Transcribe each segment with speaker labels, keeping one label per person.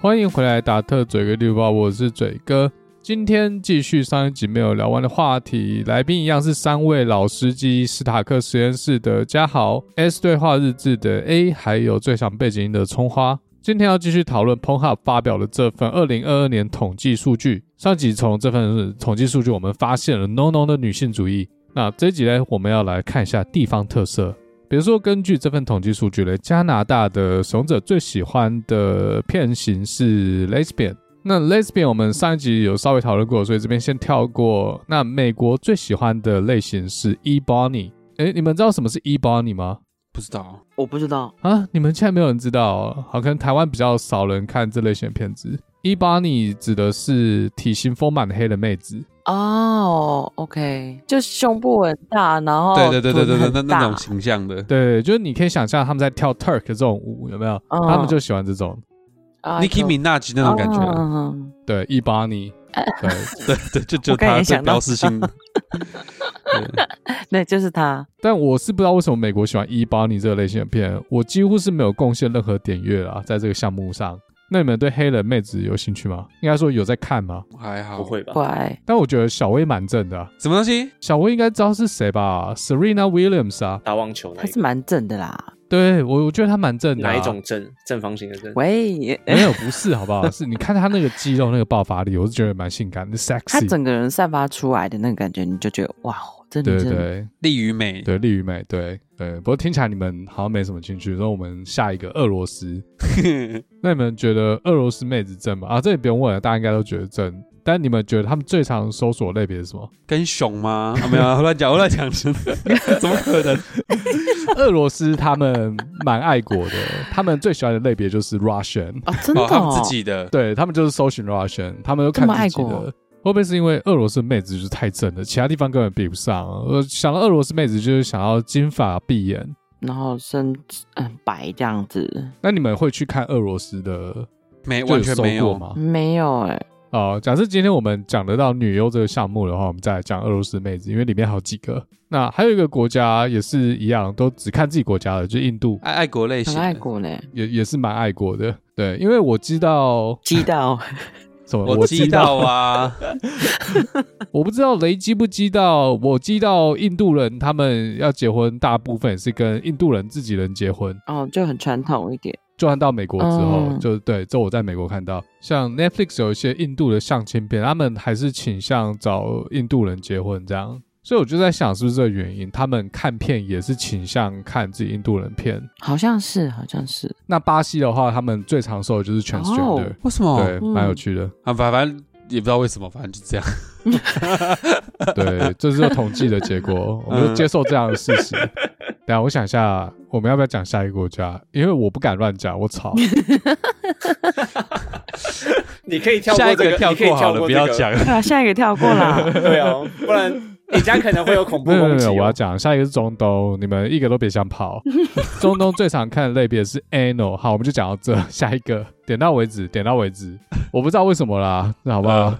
Speaker 1: 欢迎回来，达特嘴哥绿包，我是嘴哥。今天继续上一集没有聊完的话题，来宾一样是三位老司机，史塔克实验室的嘉豪、S 对话日志的 A，还有最想背景音的葱花。今天要继续讨论 Pornhub 发表的这份二零二二年统计数据。上集从这份统计数据，我们发现了 NoNo 的女性主义。那这一集呢，我们要来看一下地方特色。比如说，根据这份统计数据呢，加拿大的使用者最喜欢的片型是 lesbian。那 lesbian 我们上一集有稍微讨论过，所以这边先跳过。那美国最喜欢的类型是 ebony。诶，你们知道什么是 ebony 吗？
Speaker 2: 不知道，
Speaker 3: 我不知道，
Speaker 1: 啊，你们现在没有人知道哦，好，可能台湾比较少人看这类型的片子。伊巴尼指的是体型丰满的黑人妹子，
Speaker 3: 哦、o k 就胸部很大，然后
Speaker 2: 对对对对对对，
Speaker 3: 臀
Speaker 2: 那
Speaker 3: 哦很
Speaker 2: 那
Speaker 3: 大
Speaker 2: 种形象的，
Speaker 1: 对，就是你可以想象他们在跳 Turk 这种舞，有没有？
Speaker 3: 嗯
Speaker 1: 他们就喜欢这种，
Speaker 3: 啊
Speaker 2: Nicki
Speaker 3: 就
Speaker 2: Minaj 那种感
Speaker 3: 嗯
Speaker 2: 觉，
Speaker 3: 嗯嗯
Speaker 1: 对，伊巴尼，对，
Speaker 2: 对对，就就
Speaker 3: 我刚才
Speaker 2: 他
Speaker 3: 也
Speaker 2: 最
Speaker 3: 想到
Speaker 2: 标志性。 对
Speaker 3: 嗯 对，就是他，
Speaker 1: 但我是不知道为什么美国喜欢伊巴尼这个类型的片，我几乎是没有贡献任何点阅啦，在这个项目上。那你们对黑人妹子有兴趣吗？应该说有在看吗？
Speaker 2: 还好，
Speaker 4: 不会吧？
Speaker 3: 乖，
Speaker 1: 但我觉得小薇蛮正的啊、
Speaker 2: 什么东西？
Speaker 1: 小薇应该知道是谁吧？Serena Williams 啊，
Speaker 4: 打网球那
Speaker 3: 他
Speaker 4: 一
Speaker 3: 是蛮正的啦。
Speaker 1: 对我我觉得她蛮正的、啊。
Speaker 4: 哪一种正正方形的正？
Speaker 3: 喂，
Speaker 1: 没有，不是，好不好？是你看他那个肌肉那个爆发力，我是觉得蛮性感的
Speaker 3: 他
Speaker 1: ，sexy。
Speaker 3: 整个人散发出来的那个感觉，你就觉得哇，真的
Speaker 1: 对
Speaker 3: 真的
Speaker 1: 对
Speaker 2: 利于美，
Speaker 1: 对，利于美，对对。不过听起来你们好像没什么兴趣，所以我们下一个俄罗 斯。那你们觉得俄罗斯妹子正吗？啊，这也不用问了，大家应该都觉得正。但你们觉得他们最常搜索类别是什么？
Speaker 2: 跟熊吗？啊没有啊， 我乱讲，我乱讲，真 的，怎么可能？
Speaker 1: 俄罗斯他们蛮爱国的，他们最喜欢的类别就是 Russian，
Speaker 3: 啊，真的、
Speaker 2: 哦
Speaker 3: 哦，
Speaker 2: 他们自己的，
Speaker 1: 对他们就是搜寻 Russian，他们都看自己
Speaker 3: 这么爱
Speaker 1: 的。会不会是因为俄罗斯妹子就是太正了，其他地方根本比不上？呃，想到俄罗斯妹子就是想要金发碧眼。
Speaker 3: 然后身嗯白这样子，
Speaker 1: 那你们会去看俄罗斯的，
Speaker 2: 没完全没有。
Speaker 1: 吗？
Speaker 3: 没有哎、
Speaker 1: 哦，假设今天我们讲得到女优这个项目的话，我们再来讲俄罗斯妹子，因为里面好几个。那还有一个国家也是一样，都只看自己国家的，就是印度，
Speaker 2: 爱爱国类型
Speaker 3: 很
Speaker 2: 的，
Speaker 3: 爱国嘞，
Speaker 1: 也也是蛮爱国的。对，因为我知道
Speaker 3: 鸡道
Speaker 1: 什么，
Speaker 2: 我
Speaker 1: 知
Speaker 2: 知
Speaker 1: 道
Speaker 2: 道啊，
Speaker 1: 我不知道雷击不击到，我击到印度人，他们要结婚，大部分也是跟印度人自己人结婚。
Speaker 3: 哦，就很传统一点，
Speaker 1: 就算到美国之后，
Speaker 3: 嗯
Speaker 1: 就对，这我在美国看到，像 Netflix 有一些印度的相亲片，他们还是倾向找印度人结婚这样。所以我就在想，是不是这个原因，他们看片也是倾向看自己印度人片。
Speaker 3: 好像是，好像是，
Speaker 1: 那巴西的话，他们最常受的就是 transgender，、
Speaker 2: 为什么？
Speaker 1: 对，
Speaker 3: 嗯
Speaker 1: 蛮有趣的。
Speaker 2: 啊，反反正也不知道为什么，反正就这样。
Speaker 1: 对，这是统计的结果，我们就接受这样的事实。等一下，我想一下，我们要不要讲下一个国家？因为我不敢乱讲，我操！
Speaker 4: 你可以跳
Speaker 2: 下
Speaker 4: 过
Speaker 2: 一
Speaker 4: 这个，
Speaker 2: 跳
Speaker 4: 你可以
Speaker 2: 过好了，
Speaker 4: 过
Speaker 2: 不
Speaker 4: 这个，
Speaker 2: 要。讲。
Speaker 3: 对啊，下一个跳过啦
Speaker 4: 对啊，不然你家可能会有恐怖
Speaker 1: 没有没
Speaker 4: 攻
Speaker 1: 有，没
Speaker 4: 击
Speaker 1: 有我要
Speaker 4: 哦。
Speaker 1: 讲下一个是中东，你们一个都别想 跑。中东最常看的类别是 anal，好，我们就讲到这，下一个点到为止，点到为止。我不知道为什么啦，那好不好？
Speaker 3: 嗯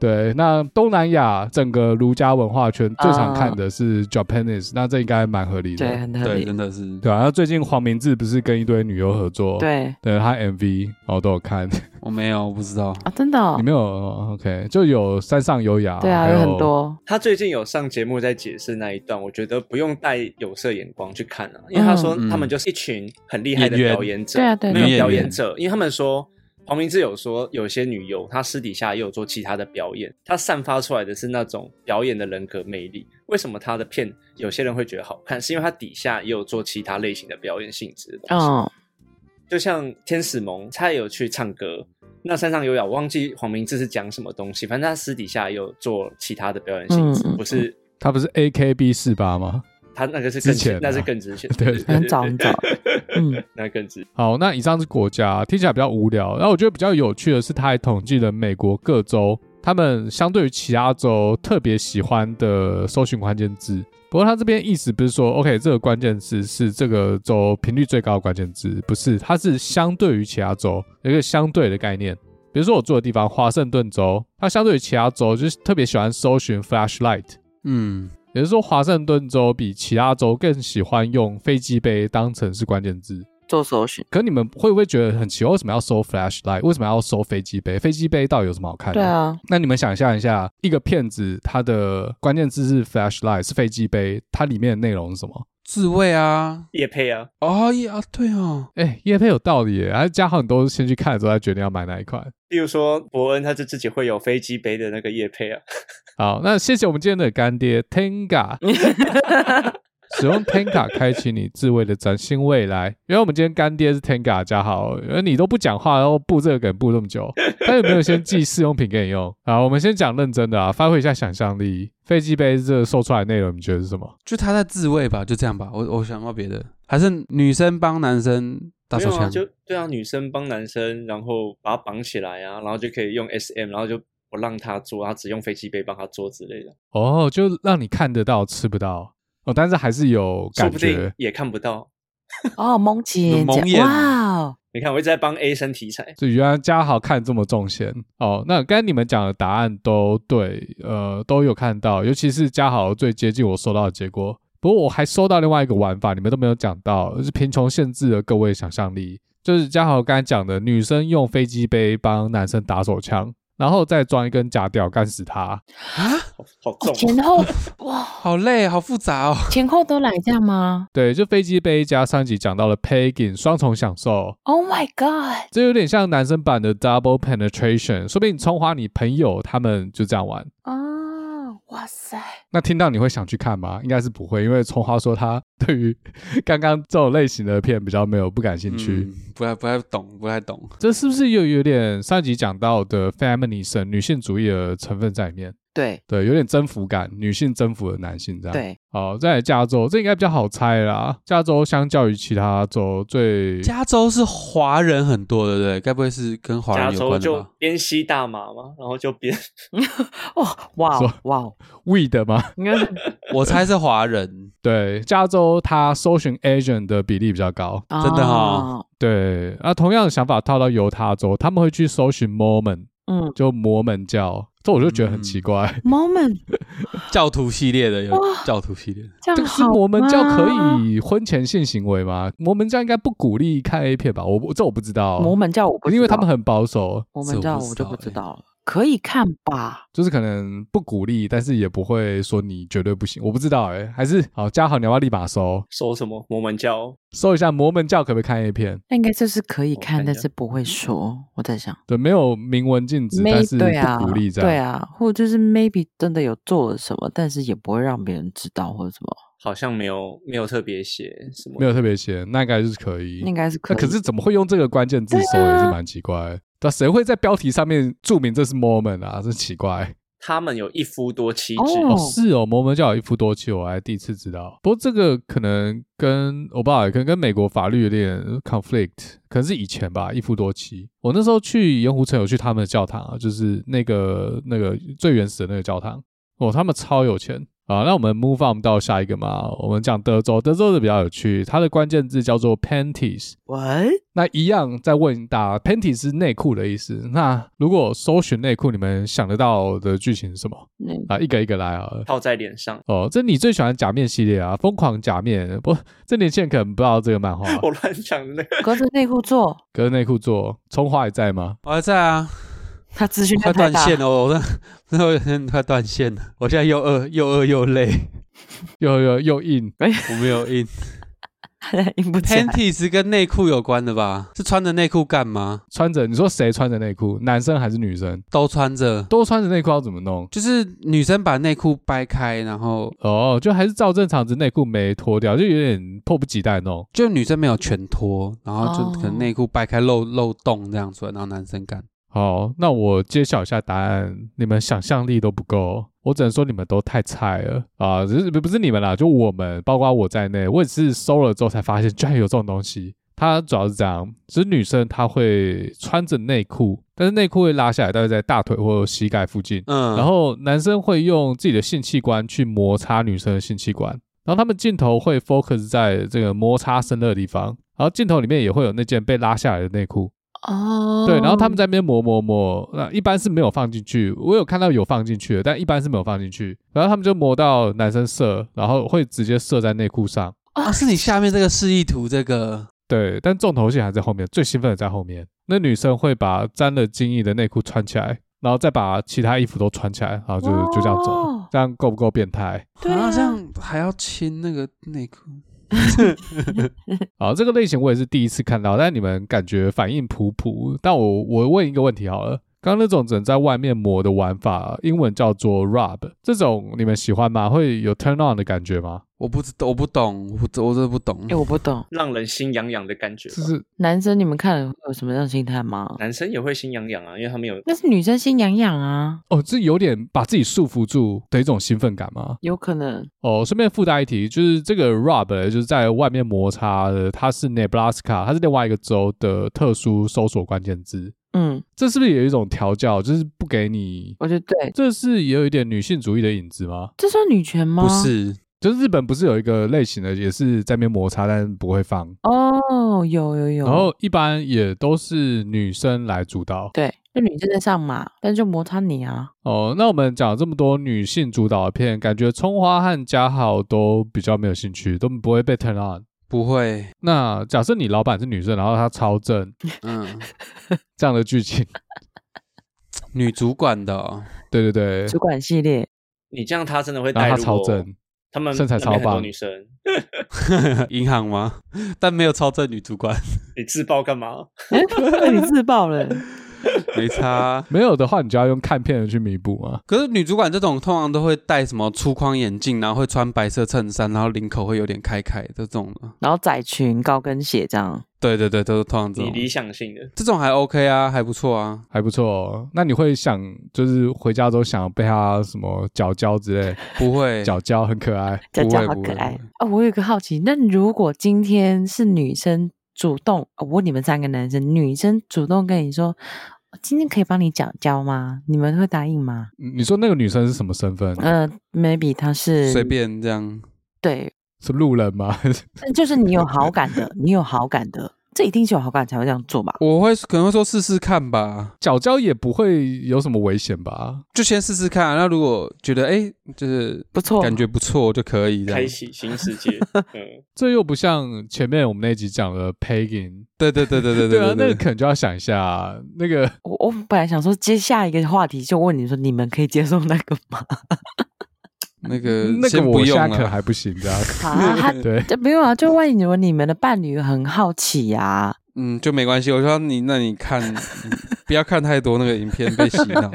Speaker 1: 对，那东南亚整个儒家文化圈最常看的是 Japanese，、那这应该蛮合理的。
Speaker 3: 嗯对，很合
Speaker 2: 对，
Speaker 3: 理，
Speaker 2: 真的是
Speaker 1: 对啊，那最近黄明志不是跟一堆女优合作？。
Speaker 3: 对
Speaker 1: 对他 MV 哦都有看，
Speaker 2: 我没有，我不知道。
Speaker 3: 啊，真的哦、
Speaker 1: 你没有哦 OK 就有山上优雅，
Speaker 3: 对啊，
Speaker 1: 还有
Speaker 3: 有很。多，
Speaker 4: 他最近有上节目在解释那一段，我觉得不用带有色眼光去看啊，因为他说
Speaker 2: 嗯
Speaker 4: 他们就是一群很厉害的
Speaker 2: 演员
Speaker 4: 表演者，
Speaker 3: 对啊，对啊
Speaker 4: 没
Speaker 3: 对啊
Speaker 2: 女
Speaker 4: 有
Speaker 2: 演
Speaker 4: 表
Speaker 2: 员
Speaker 4: 演者，因为他们说黄明志有说有些女优，她私底下也有做其他的表演，她散发出来的是那种表演的人格魅力。为什么她的片有些人会觉得好看？是因为她底下也有做其他类型的表演性质的东西，
Speaker 3: 嗯，
Speaker 4: 就像天使萌，她也有去唱歌。那山上优雅，我忘记黄明志是讲什么东西，反正她私底下也有做其他的表演性质，
Speaker 3: 嗯嗯
Speaker 4: 不是
Speaker 1: 他不是 AKB 四八吗？
Speaker 4: 她那个是更
Speaker 1: 之前啊
Speaker 4: 那是更
Speaker 1: ，
Speaker 4: 值钱
Speaker 1: 对
Speaker 3: 很早很早， 嗯，
Speaker 4: 那更值。
Speaker 1: 好，那以上是国家，听起来比较无聊。然后我觉得比较有趣的是，他还统计了美国各州他们相对于其他州特别喜欢的搜寻关键字。不过他这边意思不是说，OK，这个关键字是这个州频率最高的关键字，不是，它是相对于其他州有一个相对的概念。比如说我住的地方华盛顿州，它相对于其他州就是特别喜欢搜寻 flashlight，
Speaker 2: 嗯，
Speaker 1: 也就是说华盛顿州比其他州更喜欢用飞机杯当成是关键字。
Speaker 3: 做搜寻。
Speaker 1: 可你们会不会觉得很奇怪？为什么要收 flashlight？为什么要收飞机杯？飞机杯到底有什么好看的？
Speaker 3: 对啊，
Speaker 1: 那你们想象一下，一个骗子他的关键字是 flashlight，是飞机杯，它里面的内容是什么？
Speaker 2: 自慰啊，
Speaker 4: 叶配啊，
Speaker 2: 哦呀，对哦，
Speaker 1: 哎，叶配有道理耶，还是嘉豪你都先去看了之后再决定要买哪一款。
Speaker 4: 例如说伯恩他就自己会有飞机杯的那个叶配啊，
Speaker 1: 好，那谢谢我们今天的干爹 Tenga，使用 Tenga 开启你自慰的崭新未来。因为我们今天干爹是 Tenga 嘉豪，而你都不讲话，然后布这个梗布这么 久，他有没有先寄试用品给你用？好，我们先讲认真的啊，发挥一下想象力。飞机杯这售出来的内容，你觉得是什么？
Speaker 2: 就他在自慰吧，就这样吧。我我想到别的，还是女生帮男生打
Speaker 4: 没
Speaker 2: 手
Speaker 4: 有啊，
Speaker 2: 枪，
Speaker 4: 就对啊，女生帮男生，然后把他绑起来啊，然后就可以用 SM，然后就不让他做，他只用飞机杯帮他做之类的，
Speaker 1: 哦，就让你看得到，吃不到哦，但是还是有
Speaker 4: 说
Speaker 1: 感
Speaker 4: 不定
Speaker 1: 觉。
Speaker 4: 也看不到。
Speaker 3: 哦，蒙姐，
Speaker 2: 蒙
Speaker 3: 这
Speaker 2: 眼
Speaker 3: 样哇哦，
Speaker 4: 你看，我一直在帮 A 生题材，
Speaker 1: 所以原来嘉豪看这么重线哦，那刚才你们讲的答案都对，呃，都有看到，尤其是嘉豪最接近我收到的结果。不过我还收到另外一个玩法，你们都没有讲到，就是贫穷限制了各位想象力。就是嘉豪刚才讲的，女生用飞机杯帮男生打手枪，然后再装一根假屌干死他。
Speaker 4: 好好
Speaker 3: 哦
Speaker 4: 重、
Speaker 3: 前
Speaker 4: 啊。
Speaker 3: 后哇，
Speaker 2: 好累，好复杂哦。
Speaker 3: 前后都来这样吗
Speaker 1: 对，就飞机杯加上一集讲到了 pegging 双重享受，
Speaker 3: ？Oh my god！
Speaker 1: 这有点像男生版的 double penetration，说不定冲花你朋友他们就这样玩。
Speaker 3: 啊，哇 塞，
Speaker 1: 那听到你会想去看吗？应该是不会，因为葱花说他对于 刚刚这种类型的片比较没有不感兴趣。
Speaker 2: 嗯不太不太懂，不太懂。
Speaker 1: 这是不是又有点上一集讲到的 feminism 女性主义的成分在里面？
Speaker 3: 对
Speaker 1: 对，有点征服感，女性征服了男性这样。，
Speaker 3: 对，
Speaker 1: 好，再来加州，这应该比较好猜啦。加州相较于其他州最
Speaker 2: 加州是华人很多，对不对？该不会是跟华
Speaker 4: 加
Speaker 2: 人有
Speaker 4: 州
Speaker 2: 关
Speaker 4: 就
Speaker 2: 的吧？
Speaker 4: 边吸大麻嘛，然后就边
Speaker 3: 哇哇
Speaker 1: 说
Speaker 3: 哦哇哦，
Speaker 1: weed 的吗？
Speaker 3: 应该 是
Speaker 2: 我猜是华 人。
Speaker 1: 对，加州它搜寻 agent 的比例比较高。
Speaker 2: 真的哦，
Speaker 1: 对，那同样的想法套到犹他州，他们会去搜寻 Mormon，
Speaker 3: 嗯
Speaker 1: 就摩门教，这我就觉得很奇怪。
Speaker 3: ，moment
Speaker 2: 教徒系列的有
Speaker 3: 哇
Speaker 2: 教徒系列的，
Speaker 3: 这
Speaker 1: 但
Speaker 3: 样
Speaker 1: 是
Speaker 3: 好
Speaker 1: 摩门教可
Speaker 3: 吗。
Speaker 1: 以婚前性行为吗？摩门教应该不鼓励看 A 片吧？我我这我不知道，
Speaker 3: 摩门教我不知道，
Speaker 1: 哦因为他们很保守，
Speaker 3: 摩
Speaker 2: 这
Speaker 3: 门
Speaker 2: 我
Speaker 3: 教
Speaker 2: 不
Speaker 3: 我
Speaker 2: 知
Speaker 3: 就
Speaker 2: 道
Speaker 3: 不知
Speaker 1: 哎
Speaker 2: 欸
Speaker 3: 道了，可以看吧？
Speaker 1: 就是可能不鼓励，但是也不会说你绝对不行。我不知道哎、还是好嘉豪，你要不要立马搜
Speaker 4: 收什么摩门教，
Speaker 1: 搜一下摩门教可不可以看 A 片？
Speaker 3: 那应该就是可以
Speaker 4: 我看
Speaker 3: 看，
Speaker 4: 一
Speaker 3: 但
Speaker 4: 下
Speaker 3: 是不会说。我在想
Speaker 1: 对，没有明文禁止，但是
Speaker 3: ，maybe 对啊
Speaker 1: 不鼓励，这样。
Speaker 3: 对啊，或者就是 maybe 真的有做了什么，但是也不会让别人知道或者什么，
Speaker 4: 好像没有没有特别写什么，
Speaker 1: 没有特别写，那应该就是可以。
Speaker 3: 那应该是
Speaker 1: 嗯那
Speaker 3: 可以。
Speaker 1: 可是怎么会用这个关键字搜
Speaker 3: 对
Speaker 1: 也
Speaker 3: 啊
Speaker 1: 是蛮奇怪的。对啊，谁会在标题上面注明这是 Mormon 啊？真奇怪。
Speaker 4: 他们有一夫多妻制，
Speaker 1: 哦，
Speaker 3: 哦
Speaker 1: 是哦，摩门教有一夫多妻，我还第一次知道。不过这个可能跟我不知道，可能跟美国法律有点 conflict，可能是以前吧，一夫多妻。我那时候去盐湖城有去他们的教堂啊，就是那个那个最原始的那个教堂，哦，他们超有钱。啊，那我们 move on 到下一个嘛，我们讲德州，德州的比较有趣，它的关键字叫做 panties。
Speaker 3: 喂，
Speaker 1: 那一样再问大家，panties 是内裤的意思。那如果搜寻内裤，你们想得到的剧情是什么？
Speaker 3: 那
Speaker 1: 啊，一个一个来啊。
Speaker 4: 套在脸上。
Speaker 1: 哦，这你最喜欢假面系列啊？疯狂假面不？这年轻人可能不知道这个漫画。
Speaker 4: 我乱讲的那个，
Speaker 3: 隔着内裤做，
Speaker 1: 隔内裤做，葱花也在吗？
Speaker 2: 我还在啊，
Speaker 3: 他资讯
Speaker 2: 快断
Speaker 3: 量太大
Speaker 2: 线了，我我真的 我有点快断线了，我现在又饿又饿又累，
Speaker 1: 又又又硬，
Speaker 2: 我没有 硬。
Speaker 3: 硬不起来。
Speaker 2: Panties 跟内裤有关的吧？是穿着内裤干嘛？
Speaker 1: 穿着你说谁穿着内裤？男生还是女生？
Speaker 2: 都穿着，
Speaker 1: 都穿着内裤要怎么弄？
Speaker 2: 就是女生把内裤掰开，然后
Speaker 1: 哦，就还是照正常，只是内裤没脱掉，就有点迫不及待弄。
Speaker 2: 就女生没有全脱，然后就
Speaker 3: 哦
Speaker 2: 可能内裤掰开漏漏洞这样出来，然后男生干。
Speaker 1: 好，那我揭晓一下答案，你们想象力都不够，我只能说你们都太菜了啊！只是不是你们啦，就我们，包括我在内，我也是搜了之后才发现，居然有这种东西。它主要是这样，只是女生她会穿着内裤，但是内裤会拉下来，大概在大腿或膝盖附近，
Speaker 2: 嗯，
Speaker 1: 然后男生会用自己的性器官去摩擦女生的性器官，然后他们镜头会 focus 在这个摩擦生热的地方，然后镜头里面也会有那件被拉下来的内裤。
Speaker 3: 哦，
Speaker 1: 对，然后他们在那边磨磨磨，那一般是没有放进去，我有看到有放进去的，但一般是没有放进去。然后他们就磨到男生射，然后会直接射在内裤上。
Speaker 2: 啊，是你下面这个示意图这个
Speaker 1: 对，但重头戏还在后面，最兴奋的在后面。那女生会把沾了精液的内裤穿起来，然后再把其他衣服都穿起来，然后就就这样走
Speaker 3: 哦，
Speaker 1: 这样够不够变态？
Speaker 3: 对
Speaker 2: 啊，
Speaker 3: 啊
Speaker 2: 这样还要亲那个内裤，
Speaker 1: 啊好，这个类型我也是第一次看到，但你们感觉反应普普。但我我问一个问题好了，刚刚那种只能在外面磨的玩法，英文叫做 rub，这种你们喜欢吗？会有 turn on 的感觉吗？
Speaker 2: 我不知道，我不懂，我不我真的不懂
Speaker 3: 哎、。我不懂，
Speaker 4: 让人心痒痒的感觉吧。
Speaker 1: 就是
Speaker 3: 男生你们看了会有什么样的心态吗？
Speaker 4: 男生也会心痒痒啊，因为他们有
Speaker 3: 那是女生心痒痒啊，
Speaker 1: 哦，这有点把自己束缚住的一种兴奋感吗？
Speaker 3: 有可能
Speaker 1: 哦，顺便附带一提，就是这个 rub 呢就是在外面摩擦的，它是 Nebraska，它是另外一个州的特殊搜索关键字。
Speaker 3: 嗯，
Speaker 1: 这是不是有一种调教，就是不给你？
Speaker 3: 我觉得对，
Speaker 1: 这是也有一点女性主义的影子吗？
Speaker 3: 这算女权吗？
Speaker 2: 不是，
Speaker 1: 就是日本不是有一个类型的，也是在那边摩擦，但是不会放，
Speaker 3: 哦，有有有，
Speaker 1: 然后一般也都是女生来主导。
Speaker 3: 对，就女生在上嘛，但就摩擦你啊，
Speaker 1: 哦，那我们讲了这么多女性主导的片，感觉葱花和嘉豪都比较没有兴趣，都不会被 turn on。
Speaker 2: 不会，
Speaker 1: 那假设你老板是女生，然后她超正，
Speaker 2: 嗯，
Speaker 1: 这样的剧情，
Speaker 2: 女主管的哦，
Speaker 1: 对对对，
Speaker 3: 主管系列，
Speaker 4: 你这样，他真的会
Speaker 1: 然
Speaker 4: 带
Speaker 1: 后
Speaker 4: 入、
Speaker 1: 她
Speaker 4: 哦、
Speaker 1: 超正，
Speaker 4: 他们
Speaker 1: 身材
Speaker 4: 那边
Speaker 1: 超棒
Speaker 4: 很多女生，
Speaker 2: 银行吗？但没有超正女主管，
Speaker 4: 你自爆干嘛？
Speaker 3: 那你自爆了，
Speaker 2: 没差啊。
Speaker 1: 没有的话，你就要用看片的去弥补啊嘛。
Speaker 2: 可是女主管这种通常都会戴什么粗框眼镜，然后会穿白色衬衫，然后领口会有点开开的这种的。
Speaker 3: 然后窄裙、高跟鞋这样，
Speaker 2: 对对对，都是通常
Speaker 1: 啊
Speaker 2: 这
Speaker 4: 你
Speaker 2: 种。
Speaker 4: 理想性的，
Speaker 2: 这种还 OK 啊，还不错啊。
Speaker 1: 还不错、哦，那你会想，就是回家之后想被她什么脚胶之 类，
Speaker 2: 不会，
Speaker 1: 脚胶很可爱，
Speaker 3: 这
Speaker 2: 不
Speaker 3: 样
Speaker 2: 会
Speaker 3: 好
Speaker 2: 不
Speaker 3: 可
Speaker 2: 会
Speaker 3: 爱
Speaker 2: 不会
Speaker 3: 哦。我有一个好奇，那如果今天是女生主动，哦、我问你们三个男生，女生主动跟你说。今天可以帮你脚交吗？你们会答应吗？
Speaker 1: 嗯你说那个女生是什么身份？
Speaker 3: 呃，maybe 她是
Speaker 2: 随便这样。
Speaker 3: 对，
Speaker 1: 是路人吗？
Speaker 3: 但就是你有好感的，你有好感的，这一定是有好感才会这样做吧？
Speaker 2: 我会可能会说试试看吧，
Speaker 1: 脚胶也不会有什么危险吧？
Speaker 2: 就先试试看啊、那如果觉得哎、诶就是
Speaker 3: 不错，
Speaker 2: 感觉不错，就可以这
Speaker 4: 开
Speaker 2: 样。
Speaker 4: 启新世 界。嗯，
Speaker 1: 这又不像前面我们那集讲的 pegging，
Speaker 2: 对对对对对
Speaker 1: 对啊
Speaker 2: 对，
Speaker 1: 那个可能就要想一下，那个
Speaker 3: 我我本来想说接下一个话题就问你说，你们可以接受那个吗？
Speaker 2: 那个
Speaker 1: 那个
Speaker 2: 呃先不
Speaker 1: 我现
Speaker 2: 用
Speaker 1: 在
Speaker 2: 啊
Speaker 1: 可能
Speaker 2: 了。
Speaker 1: 还不行，这 样
Speaker 3: 啊，他
Speaker 1: 对。
Speaker 3: 这没有啊， 就万一你们你们的伴侣很好奇呀、啊，
Speaker 2: 嗯，就没关系。我说你，那你看， 你不要看太多那个影片被洗脑。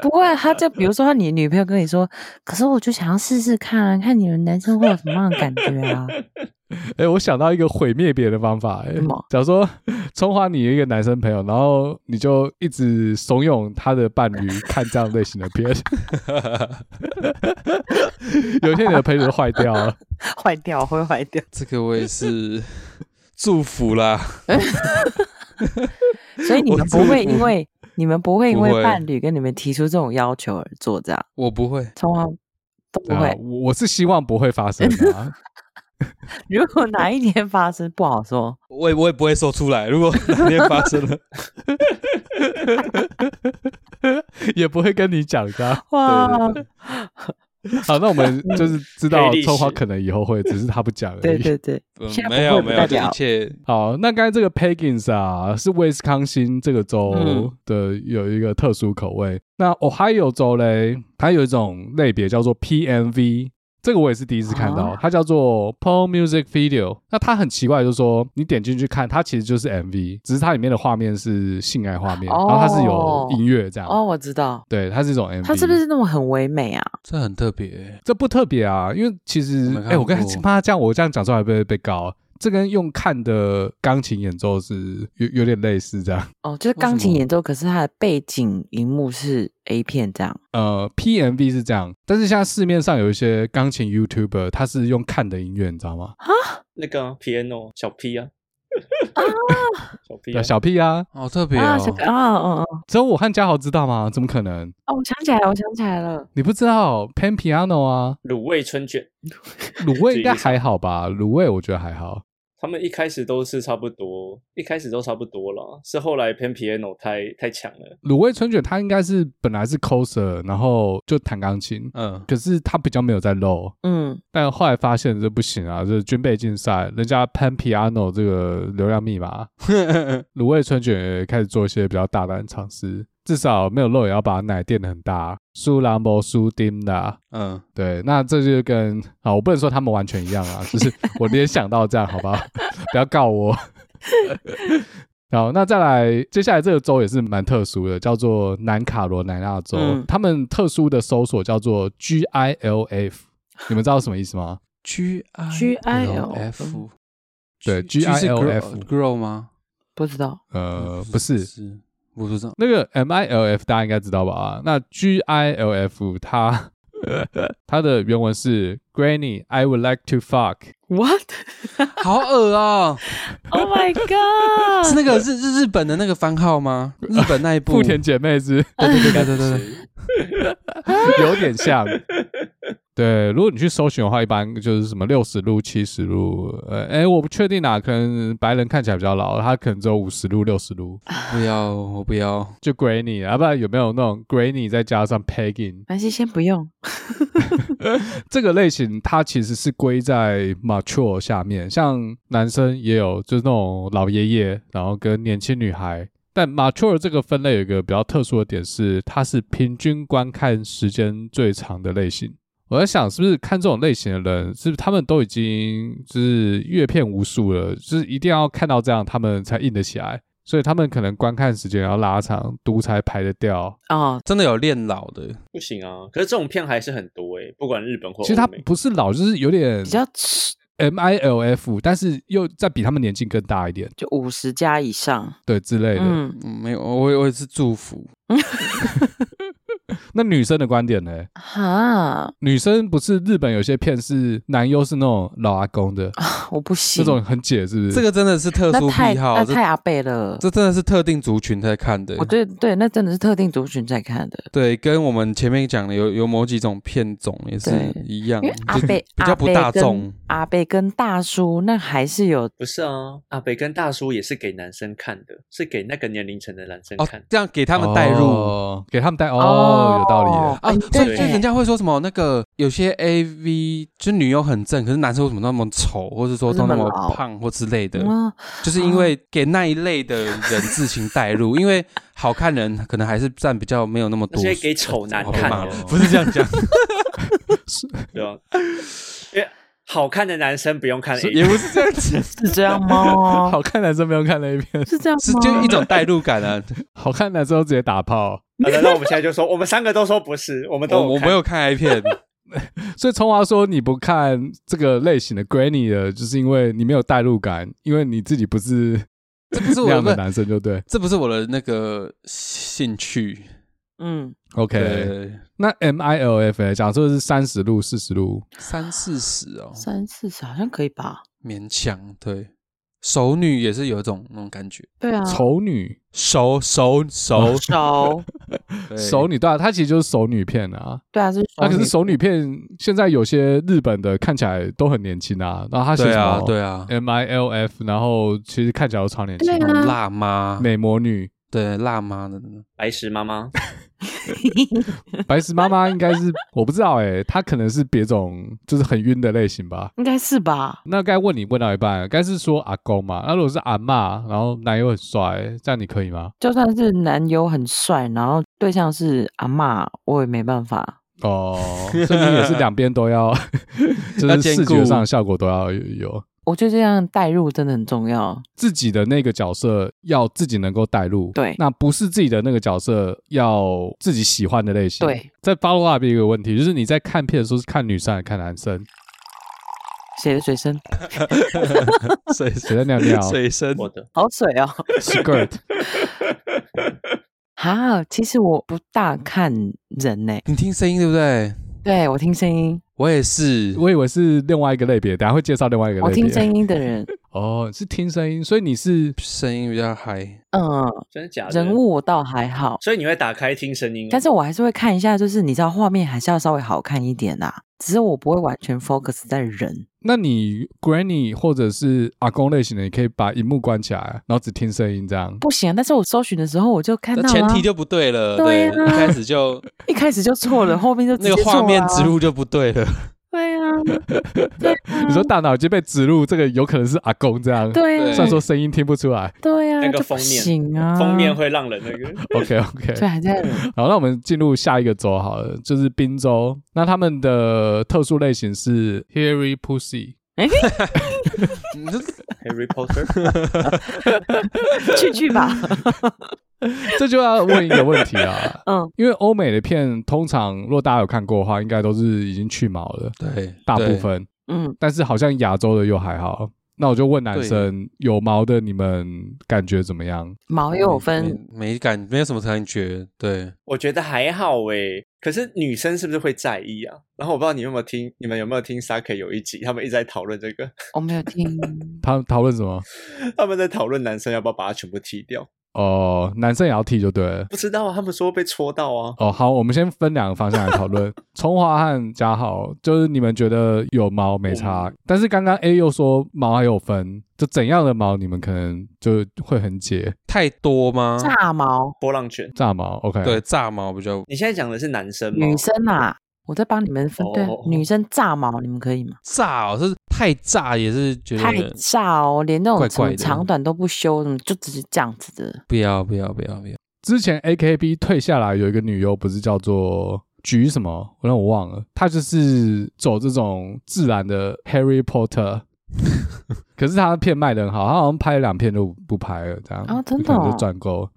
Speaker 3: 不会啊，他就比如说你女朋友跟你说，可是我就想要试试看啊，看你们男生会有什么样的感觉啊？
Speaker 1: 哎、我想到一个毁灭别人的方法、欸
Speaker 3: 什么。
Speaker 1: 假如说葱花你有一个男生朋友，然后你就一直怂恿他的伴 侣看这样类型的片，有一天你的朋友就坏掉了。
Speaker 3: 坏掉会坏掉，
Speaker 2: 这个我也是祝福啦，
Speaker 3: 所以你们不会因为你们不会因
Speaker 2: 不会
Speaker 3: 为伴侣跟你们提出这种要求而做这样，
Speaker 2: 我不会。
Speaker 3: 从来都 不
Speaker 1: 对啊
Speaker 3: 会。
Speaker 1: 我我是希望不会发生的、 啊。
Speaker 3: 如果哪一天发生，不好说。
Speaker 2: 我也我也不会说出来。如果哪天发生 了，
Speaker 1: 也不会跟你讲的啊、
Speaker 3: 哇，
Speaker 1: 好，那我们就是知道
Speaker 4: 黑历史
Speaker 1: 葱花可能以后会，只是他不讲而已。
Speaker 3: 对对对，
Speaker 2: 嗯
Speaker 3: 现在不
Speaker 2: 没有
Speaker 3: 会不
Speaker 2: 没
Speaker 3: 代
Speaker 2: 有，这
Speaker 3: 表
Speaker 2: 一切
Speaker 1: 好，那刚才这个 Pagans 啊，是威斯康星这个州
Speaker 3: 嗯
Speaker 1: 的有一个特殊口味。那 Ohio 州嘞，它有一种类别叫做 PMV，这个我也是第一次看到，
Speaker 3: 啊
Speaker 1: 它叫做 Porn Music Video。那它很奇怪，就是说你点进去看，它其实就是 MV，只是它里面的画面是性爱画面，
Speaker 3: 哦
Speaker 1: 然后它是有音乐这样。
Speaker 3: 哦，我知道，
Speaker 1: 对，它是一种 MV。
Speaker 3: 他是不是那种很唯美啊？
Speaker 2: 这很特别。
Speaker 1: 这不特别啊，因为其
Speaker 2: 我
Speaker 1: 实
Speaker 2: 没，看
Speaker 1: 哎、我跟
Speaker 2: 过
Speaker 1: 妈这样，我这样讲出来会不会被告啊？这跟用看的钢琴演奏是有有点类似这样。
Speaker 3: 哦，就是
Speaker 2: 为
Speaker 3: 钢
Speaker 2: 什
Speaker 3: 琴
Speaker 2: 么
Speaker 3: 演奏，可是它的背景荧幕是 A 片这样。
Speaker 1: 呃，PMV 是这样，但是现在市面上有一些钢琴 YouTuber，他是用看的音乐，你知道吗？
Speaker 4: 那个啊 piano 小 P 啊， 小 P
Speaker 1: 对啊，
Speaker 4: 啊，
Speaker 1: 小屁啊！
Speaker 2: 好特别
Speaker 3: 啊，
Speaker 2: 哦
Speaker 3: 小！哥啊，嗯嗯，
Speaker 1: 只有我和嘉豪知道吗？怎么可能？
Speaker 3: 哦，我想起来了，我想起来了，
Speaker 1: 你不知道 Pan Piano 啊，
Speaker 4: 卤味春卷，
Speaker 1: 卤味应该还好吧？卤味我觉得还好。
Speaker 4: 他们一开始都是差不多，一开始都差不多啦，是后来 Pan Piano 太太强了。
Speaker 1: 鲁味春卷它应该是本来是 coser，然后就弹钢琴，
Speaker 2: 嗯，
Speaker 1: 可是它比较没有在 low，
Speaker 3: 嗯，
Speaker 1: 但后来发现这不行啊，这军备竞赛，人家 Pan Piano 这个流量密码，卤味春卷也开始做一些比较大胆的尝试，至少没有肉也要把奶垫得很大，苏拉摩苏丁的。啊
Speaker 2: 嗯，
Speaker 1: 对，那这就跟啊，我不能说他们完全一样啊，就是我联想到这样，好 吧，不要告我。好，那再来，接下来这个州也是蛮特殊的，叫做南卡罗来纳州，
Speaker 3: 嗯
Speaker 1: 他们特殊的搜索叫做 GILF，你们知道什么意思吗？
Speaker 2: G I
Speaker 3: G I L
Speaker 2: F，
Speaker 1: 对
Speaker 2: G 是
Speaker 1: GILF
Speaker 2: grow 吗？
Speaker 3: 不知道，
Speaker 1: 呃，不是，
Speaker 2: 是，我不知道。
Speaker 1: 那个 MILF 大家应该知道吧？那 GILF 它 它的原文是 Granny I would like to fuck，
Speaker 3: What?
Speaker 2: 好恶 啊！
Speaker 3: Oh my
Speaker 2: 是
Speaker 3: god！
Speaker 2: 那个日日日本的那个番号吗？日本那一部
Speaker 1: 富田姐妹是
Speaker 2: 对对对对对对对，
Speaker 1: 有点像。对，如果你去搜寻的话，一般就是什么六十路、七十路，呃，哎，我不确定啊，可能白人看起来比较老，他可能只有五十路、六十路，
Speaker 2: 不要我不要，
Speaker 1: 就 Granny，要、不啊然有没有那种 Granny 再加上 Pegging
Speaker 3: 南希先不用，
Speaker 1: 这个类型，它其实是归在 mature 下面，像男生也有就是那种老爷爷，然后跟年轻女孩。但 mature 这个分类有一个比较特殊的点是，它是平均观看时间最长的类型。我在想，是不是看这种类型的人，是不是他们都已经就是阅片无数了，就是一定要看到这样他们才硬得起来，所以他们可能观看时间要拉长，读才排得掉。
Speaker 3: 哦，
Speaker 2: 真的有练老的，
Speaker 4: 不行啊！可是这种片还是很多诶、不管日本或
Speaker 1: 其实它
Speaker 4: 欧美
Speaker 1: 不是老，就是有点
Speaker 3: 比较吃
Speaker 1: M I L F，但是又再比他们年纪更大一点，
Speaker 3: 就五十加以上，
Speaker 1: 对之类的。
Speaker 3: 嗯，
Speaker 2: 嗯没有，我我也是祝福。
Speaker 1: 那女生的观点呢？
Speaker 3: 哈，
Speaker 1: 女生不是日本有些片是男优是那种老阿公的，
Speaker 3: 我不行，
Speaker 1: 那种很解是不是？
Speaker 2: 这个真的是特殊
Speaker 3: 那太
Speaker 2: 癖好，
Speaker 3: 那
Speaker 2: 这
Speaker 3: 太阿贝了，
Speaker 2: 这真的是特定族群在看的
Speaker 3: 我。对对，那真的是特定族群在看的，
Speaker 2: 对，跟我们前面讲的有有某几种片种也是
Speaker 3: 对
Speaker 2: 一样
Speaker 1: 嗯
Speaker 3: 因为，阿
Speaker 2: 就
Speaker 3: 贝
Speaker 2: 比较不大众。。
Speaker 3: 阿贝跟大叔那还是有
Speaker 4: 不是啊，阿北跟大叔也是给男生看的，是给那个年龄层的男生
Speaker 2: 哦
Speaker 4: 看。，
Speaker 2: 这样给他们带入
Speaker 1: 哦给他们带入
Speaker 3: 哦
Speaker 1: 哦，有道理耶。
Speaker 2: 啊，
Speaker 3: 哎
Speaker 2: 所以
Speaker 3: 对
Speaker 2: 所以人家会说什么那个有些 A V 就女优很正，可是男生为什么那么丑，或者说都那
Speaker 3: 那
Speaker 2: 么
Speaker 3: 么老
Speaker 2: 胖或之类的，
Speaker 3: 嗯
Speaker 2: 就是因为给那一类的人自行带 入，因为好看人可能还是占比较没有那么多
Speaker 4: 那
Speaker 2: 数。
Speaker 4: 些给丑男
Speaker 2: 我被
Speaker 4: 看
Speaker 2: 骂
Speaker 4: 的
Speaker 2: 了，不是这样 讲，
Speaker 4: 对吧？因为好看的男生不用看 A
Speaker 2: 是也不是这样讲，
Speaker 3: 是这样 吗？
Speaker 1: 好看男生没有看那一片，
Speaker 3: 是这样吗？
Speaker 2: 是就一种代入感啊。
Speaker 1: 好看男生都直接打炮，
Speaker 4: 好的，那我们现在就说，我们三个都说不是，我们都
Speaker 2: 我我
Speaker 4: 看
Speaker 2: 没有看 A 片，
Speaker 1: 所以聪华说你不看这个类型的 Granny 的，就是因为你没有代入感，因为你自己不是
Speaker 2: 这不是
Speaker 1: 那
Speaker 2: 我
Speaker 1: 样的
Speaker 2: 的，
Speaker 1: 男生，就对。
Speaker 2: 这不是我的那个兴趣。
Speaker 3: 嗯，
Speaker 1: OK，
Speaker 2: 对，
Speaker 1: 那 M I L F 呢假设是三十路、四十路，
Speaker 2: 三四十哦，
Speaker 3: 三四十好像可以吧？
Speaker 2: 勉强对。熟女也是有一种那种感觉，
Speaker 3: 对啊，
Speaker 1: 丑女
Speaker 2: 熟熟熟
Speaker 3: 熟，
Speaker 1: 哦 熟，女对啊，它其实就是熟女片啊。
Speaker 3: 对啊，是
Speaker 2: 哦
Speaker 1: 那、
Speaker 3: 熟
Speaker 1: 可
Speaker 3: 女
Speaker 1: 是熟女片现在有些日本的看起来都很年轻啊，然后它
Speaker 2: 对
Speaker 1: 写
Speaker 2: 对
Speaker 1: 什么
Speaker 2: 啊
Speaker 1: 哎
Speaker 2: 对啊，
Speaker 1: M I L F，然后其实看起来都超年轻
Speaker 3: 对，
Speaker 2: 那种
Speaker 3: 啊
Speaker 2: 辣妈，
Speaker 1: 美魔女、
Speaker 2: 对辣妈的那 种，
Speaker 4: 白石妈妈，
Speaker 1: 白石妈妈应该是我不知道哎、她可能是别种就是很晕的类型吧。
Speaker 3: 应该是吧？
Speaker 1: 那该问你问到一半，该是说阿公嘛？那如果是阿嬷，然后男友很帅，这样你可以吗？
Speaker 3: 就算是男友很帅，然后对象是阿嬷，我也没办法。
Speaker 1: 哦，所以你也是两边都 要，就
Speaker 2: 要
Speaker 1: 是
Speaker 2: 兼
Speaker 1: 视
Speaker 2: 顾
Speaker 1: 觉上的效果都要有。
Speaker 3: 我觉得这样代入真的很重要。
Speaker 1: 自己的那个角色要自己能够带入，
Speaker 3: 对
Speaker 1: 那不是自己的那个角色要自己喜欢的类型。
Speaker 3: 对，
Speaker 1: 再 follow up 一个问题，就是你在看片的时候是看女生还是看男 生？
Speaker 3: 谁的水声？
Speaker 2: 水
Speaker 1: 谁在尿尿
Speaker 2: 水深，
Speaker 4: 我的
Speaker 3: 好水哦！
Speaker 1: ？Skirt，
Speaker 3: 哈，其实我不大看人呢、
Speaker 2: 你听声音对不对？
Speaker 3: 对我听声音，
Speaker 2: 我也是，
Speaker 1: 我以为是另外一个类别，等一下会介绍另外一个
Speaker 3: 我
Speaker 1: 类别。
Speaker 3: 听声音的人，
Speaker 1: 哦，是听声音，所以你是
Speaker 2: 声音比较嗨，
Speaker 3: 嗯，
Speaker 4: 真的假的？
Speaker 3: 人，物我倒还好，
Speaker 4: 所以你会打开听声音哦，
Speaker 3: 但是我还是会看一下，就是你知道画面还是要稍微好看一点啦、啊只是我不会完全 focus 在人。
Speaker 1: 那你 granny 或者是阿公类型的，你可以把荧幕关起来，然后只听声音这样。
Speaker 3: 不行啊，但是我搜寻的时候我就看到、
Speaker 2: 那
Speaker 3: 啊，
Speaker 2: 前提就不对了，
Speaker 3: 对啊
Speaker 2: 一开始就
Speaker 3: 一开始就错了，后面就直接
Speaker 2: 那个画
Speaker 3: 错
Speaker 2: 面
Speaker 3: 了啊
Speaker 2: 植入就不对了。
Speaker 3: 对啊，对啊，
Speaker 1: 你说大脑已经被植入这个，有可能是阿公这样，
Speaker 3: 对
Speaker 1: 虽然
Speaker 3: 啊，
Speaker 1: 说声音听不出来。
Speaker 3: 对啊，
Speaker 4: 那个
Speaker 3: 就不
Speaker 4: 封面
Speaker 3: 行啊，
Speaker 4: 封面会让人那个
Speaker 1: OK OK，
Speaker 3: 所以还在忍
Speaker 1: 好，那我们进入下一个州好了，就是宾州。那他们的特殊类型是 hairy pussy，
Speaker 2: 你这
Speaker 4: Harry Potter，
Speaker 3: 去去吧，。
Speaker 1: 这就要问一个问题啊
Speaker 3: 嗯，
Speaker 1: 因为欧美的片通常，如果大家有看过的话，应该都是已经去毛了，
Speaker 2: 对
Speaker 1: 大部
Speaker 2: 对
Speaker 1: 分。
Speaker 3: 嗯，
Speaker 1: 但是好像亚洲的又还好。那我就问男
Speaker 2: 对
Speaker 1: 生，有毛的你们感觉怎么样？
Speaker 3: 毛又有分，
Speaker 2: 没没感，没有什么感觉。对，
Speaker 4: 我觉得还好诶、可是女生是不是会在意啊？然后我不知道你有没有听，你们有没有听 Saki 有一集，他们一直在讨论这个，
Speaker 3: 我没有听，
Speaker 1: 他讨论什么？
Speaker 4: 他们在讨论男生要不要把它全部剃掉。
Speaker 1: 哦、男生也要剃就对了。
Speaker 4: 不知道啊，他们说被戳到啊。
Speaker 1: 哦，好，我们先分两个方向来讨 论。从华和嘉豪，就是你们觉得有毛没差，
Speaker 2: 嗯
Speaker 1: 但是刚刚 A 又说毛还有分，就怎样的毛你们可能就会很解
Speaker 2: 太多吗？
Speaker 3: 炸毛
Speaker 4: 波浪卷，
Speaker 1: 炸毛。OK，
Speaker 2: 对，，啊炸毛比较
Speaker 4: 你现在讲的是男生吗？
Speaker 3: 女生啊，我在帮你们分，对啊
Speaker 4: 哦哦哦，
Speaker 3: 女生炸毛，你们可以吗？
Speaker 2: 炸、哦，是太炸也是觉
Speaker 3: 太
Speaker 2: 得
Speaker 3: 炸哦，连那
Speaker 2: 怪
Speaker 3: 种什
Speaker 2: 怪的
Speaker 3: 么长短都不修，什么就只是这样子的。
Speaker 2: 不要不要不要不要，
Speaker 1: 之前 AKB 退下来有一个女优，不是叫做菊什么，我让我忘了，她就是走这种自然的 Harry Potter。可是她的片卖的很好，她好像拍了两片就不拍了，这样
Speaker 3: 啊真的
Speaker 1: 就可能就
Speaker 3: 哦
Speaker 1: 赚够。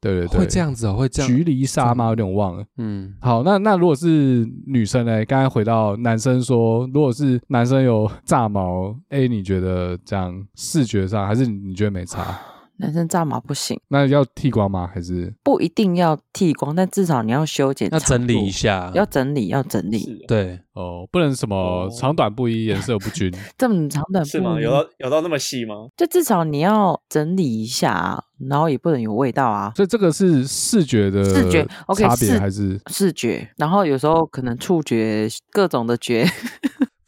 Speaker 1: 对对对，
Speaker 2: 会这样子哦，会这样。
Speaker 1: 菊离沙吗？有点忘了。
Speaker 2: 嗯，
Speaker 1: 好，那那如果是女生呢？刚才回到男生说，如果是男生有炸毛，哎，你觉得这样视觉上还是你觉得没差？
Speaker 3: 男生炸毛不行，
Speaker 1: 那要剃光吗？还是
Speaker 3: 不一定要剃光，但至少你要修剪，
Speaker 2: 要整理一，下。
Speaker 3: 要整理，要整
Speaker 4: 是
Speaker 3: 理。
Speaker 4: 哦
Speaker 2: 对，
Speaker 1: 哦，不能什么
Speaker 4: 哦
Speaker 1: 长短不一、颜色不均？
Speaker 3: 这么长短
Speaker 4: 是
Speaker 3: 不
Speaker 4: 吗？
Speaker 3: 一
Speaker 4: 有
Speaker 2: 啊
Speaker 4: 到有到那么细吗？
Speaker 3: 就至少你要整理一下啊，然后也不能有味道啊。
Speaker 1: 所以这个是视觉的
Speaker 3: 视觉，OK，
Speaker 1: 差别
Speaker 3: 视
Speaker 1: 还是
Speaker 3: 视觉，然后有时候可能触觉各种的觉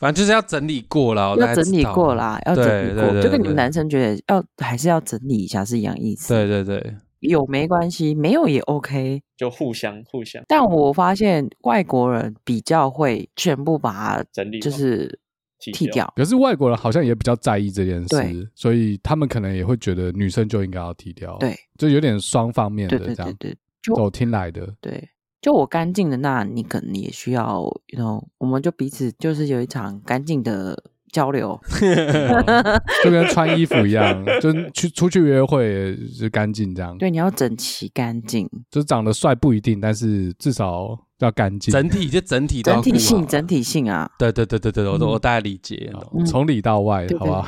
Speaker 2: 反正就是要整理过啦，我大
Speaker 3: 要
Speaker 2: 概
Speaker 3: 整理
Speaker 2: 知道啊
Speaker 3: 过。啦，要整
Speaker 2: 对
Speaker 3: 理
Speaker 2: 对
Speaker 3: 过，
Speaker 2: 对
Speaker 3: 就跟你
Speaker 2: 对
Speaker 3: 们男生觉得要还是要整理一下是一样意思。
Speaker 2: 对对对，
Speaker 3: 有没关系，没有也 OK。
Speaker 4: 就互相互相
Speaker 3: 但我发现外国人比较会全部把它
Speaker 4: 整理吗，
Speaker 3: 就是
Speaker 4: 剃
Speaker 3: 剃
Speaker 4: 掉
Speaker 3: 掉，
Speaker 1: 可是外国人好像也比较在意这件
Speaker 3: 对
Speaker 1: 事，所以他们可能也会觉得女生就应该要剃掉，
Speaker 3: 对，
Speaker 1: 就有点双方面
Speaker 3: 对
Speaker 1: 的
Speaker 3: 对
Speaker 1: 这
Speaker 3: 对
Speaker 1: 样，
Speaker 3: 对
Speaker 1: 走听来的。
Speaker 3: 对。就我干净的，那你可能也需要，you know，我们就彼此就是有一场干净的交流，
Speaker 1: 就跟穿衣服一样，就是去出去约会也是干净这样。
Speaker 3: 对，你要整齐干净，
Speaker 1: 就是长得帅不一定，但是至少要干净，
Speaker 2: 整体就整体都要
Speaker 3: 整体
Speaker 2: 顾
Speaker 3: 性，
Speaker 2: 好
Speaker 3: 整体性啊。
Speaker 2: 对对对对对，我都
Speaker 1: 嗯
Speaker 2: 我大概理解。
Speaker 1: 好
Speaker 3: 嗯
Speaker 1: 从里到外，
Speaker 3: 对对
Speaker 1: 好不好？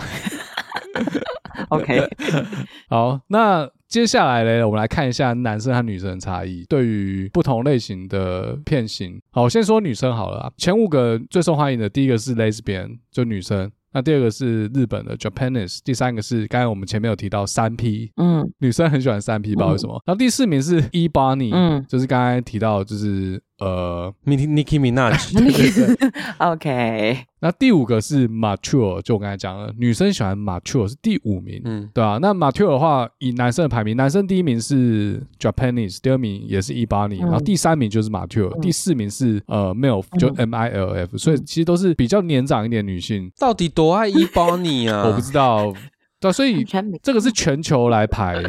Speaker 3: OK，
Speaker 1: 好，那接下来呢，我们来看一下男生和女生的差异，对于不同类型的片型。好，我先说女生好了啊，前五个最受欢迎的，第一个是 lesbian，就女生。那第二个是日本的 Japanese，第三个是刚才我们前面有提到三 P，
Speaker 3: 嗯
Speaker 1: 女生很喜欢三 P，不知道为什么。然后第四名是 E Bonnie，
Speaker 3: 嗯
Speaker 1: 就是刚才提到，就是呃，
Speaker 2: Nicki Nicki Minaj，
Speaker 3: ，OK，
Speaker 1: 那第五个是 mature，就我刚才讲了，女生喜欢 mature 是第五名，
Speaker 2: 嗯，
Speaker 1: 对啊。那 mature 的话，以男生的排名，男生第一名是 Japanese，第二名也是 E Bonnie，、
Speaker 3: 嗯
Speaker 1: 然后第三名就是 mature，、
Speaker 3: 嗯
Speaker 1: 第四名是呃 milf，就 M I L F，、所以其实都是比较年长一点的女性，
Speaker 2: 到底多爱 E Bonnie 啊？
Speaker 1: 我不知道，对啊、所以
Speaker 3: 全名
Speaker 1: 这个是全球来排。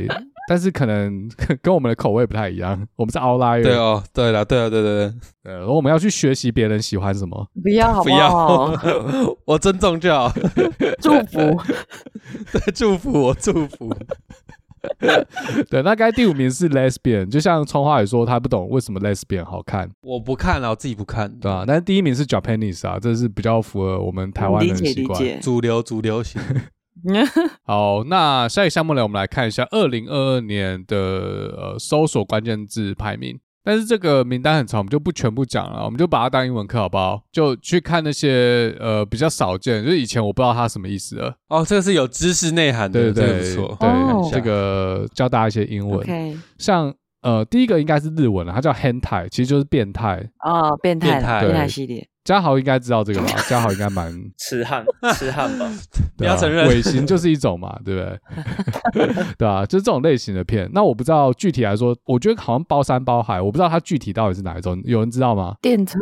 Speaker 1: 但是可能 跟我们的口味不太一样，我们是 outlier，
Speaker 2: 对哦，对了，对了，对对对，
Speaker 1: 呃，然后我们要去学习别人喜欢什么。
Speaker 3: 不要好
Speaker 2: 不
Speaker 3: 好？
Speaker 2: 要， 我尊重就好，
Speaker 3: 祝福，
Speaker 2: 对，祝福我，祝福。
Speaker 1: 对，那该第五名是 lesbian，就像川花也说，她不懂为什么 lesbian 好看，
Speaker 2: 我不看了，我自己不看，
Speaker 1: 对吧、但是第一名是 Japanese 啊，这是比较符合我们 台湾
Speaker 3: 理
Speaker 1: 人的
Speaker 3: 解
Speaker 1: 习
Speaker 3: 理
Speaker 1: 惯。
Speaker 3: 解。
Speaker 2: 主流主流型，
Speaker 1: 好，那下一个项目呢，我们来看一下二零二二年的呃搜索关键字排名。但是这个名单很长，我们就不全部讲了，我们就把它当英文课好不好？就去看那些呃比较少见，就是以前我不知道它什么意思了。
Speaker 2: 哦，这个是有知识内涵
Speaker 1: 对
Speaker 2: 的，
Speaker 1: 对
Speaker 2: 嗯这
Speaker 1: 对，
Speaker 2: 个不错。
Speaker 3: 哦
Speaker 1: 对，这个教大家一些英文。
Speaker 3: OK，
Speaker 1: 像啊呃第一个应该是日文了，它叫 hentai，其实就是变态。
Speaker 3: 哦，变态
Speaker 2: 变态
Speaker 3: 了，变态
Speaker 1: 对
Speaker 3: 系列，
Speaker 1: 嘉豪应该知道这个吧？嘉豪应该蛮
Speaker 4: 痴 汉，痴汉吧，
Speaker 2: 不要
Speaker 1: 对啊
Speaker 2: 承认
Speaker 1: 尾行就是一种嘛，对不对？对啊，就是这种类型的片。那我不知道具体来说，我觉得好像包山包海，我不知道它具体到底是哪一种，有人知道吗？
Speaker 3: 电车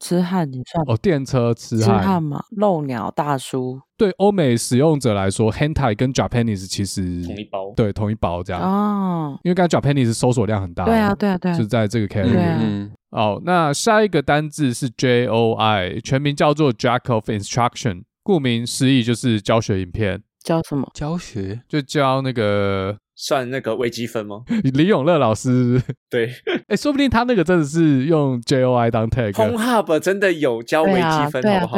Speaker 3: 痴汉也算
Speaker 1: 哦，电车痴
Speaker 3: 痴
Speaker 1: 汉，
Speaker 3: 汉嘛，漏鸟大叔
Speaker 1: 对欧美使用者来说，hentai 跟 Japanese 其
Speaker 3: 嗯
Speaker 1: 实
Speaker 4: 同一包
Speaker 1: 对同一包
Speaker 2: 啊
Speaker 1: 这样。
Speaker 3: 哦，
Speaker 1: 因为刚才 Japanese 搜索量很大，
Speaker 3: 对啊，，对啊，对啊
Speaker 1: 是，在这个 category
Speaker 3: 对啊
Speaker 2: 嗯
Speaker 1: 哦，那下一个单字是 J O I，全名叫做 Jack of Instruction，顾名思义就是教学影片，
Speaker 3: 叫什么？
Speaker 2: 教学
Speaker 1: 就教那个
Speaker 4: 算那个微积分吗？
Speaker 1: 李永乐老师。
Speaker 4: 对
Speaker 3: 啊
Speaker 1: 哎，说不定他那个真的是用 J O I 当 tag。
Speaker 4: h o m e Hub 真的有教微
Speaker 3: 对
Speaker 4: 积
Speaker 3: 啊，
Speaker 4: 分，
Speaker 3: 对啊
Speaker 4: 好不，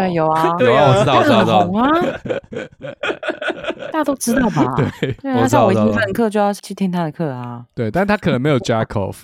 Speaker 4: 好？
Speaker 2: 有
Speaker 3: 对啊，有啊，
Speaker 2: 啊，我 知道，
Speaker 3: 他
Speaker 2: 我知道，我
Speaker 3: 很
Speaker 2: 知道
Speaker 3: 红。啊，大家都知道吧？
Speaker 1: 对
Speaker 3: 对
Speaker 2: 我
Speaker 3: 啊，他
Speaker 2: 知道
Speaker 3: 上
Speaker 2: 我
Speaker 3: 微
Speaker 2: 知道
Speaker 3: 积分课就要去听他的课啊。
Speaker 1: 对，但他可能没有 Jack off。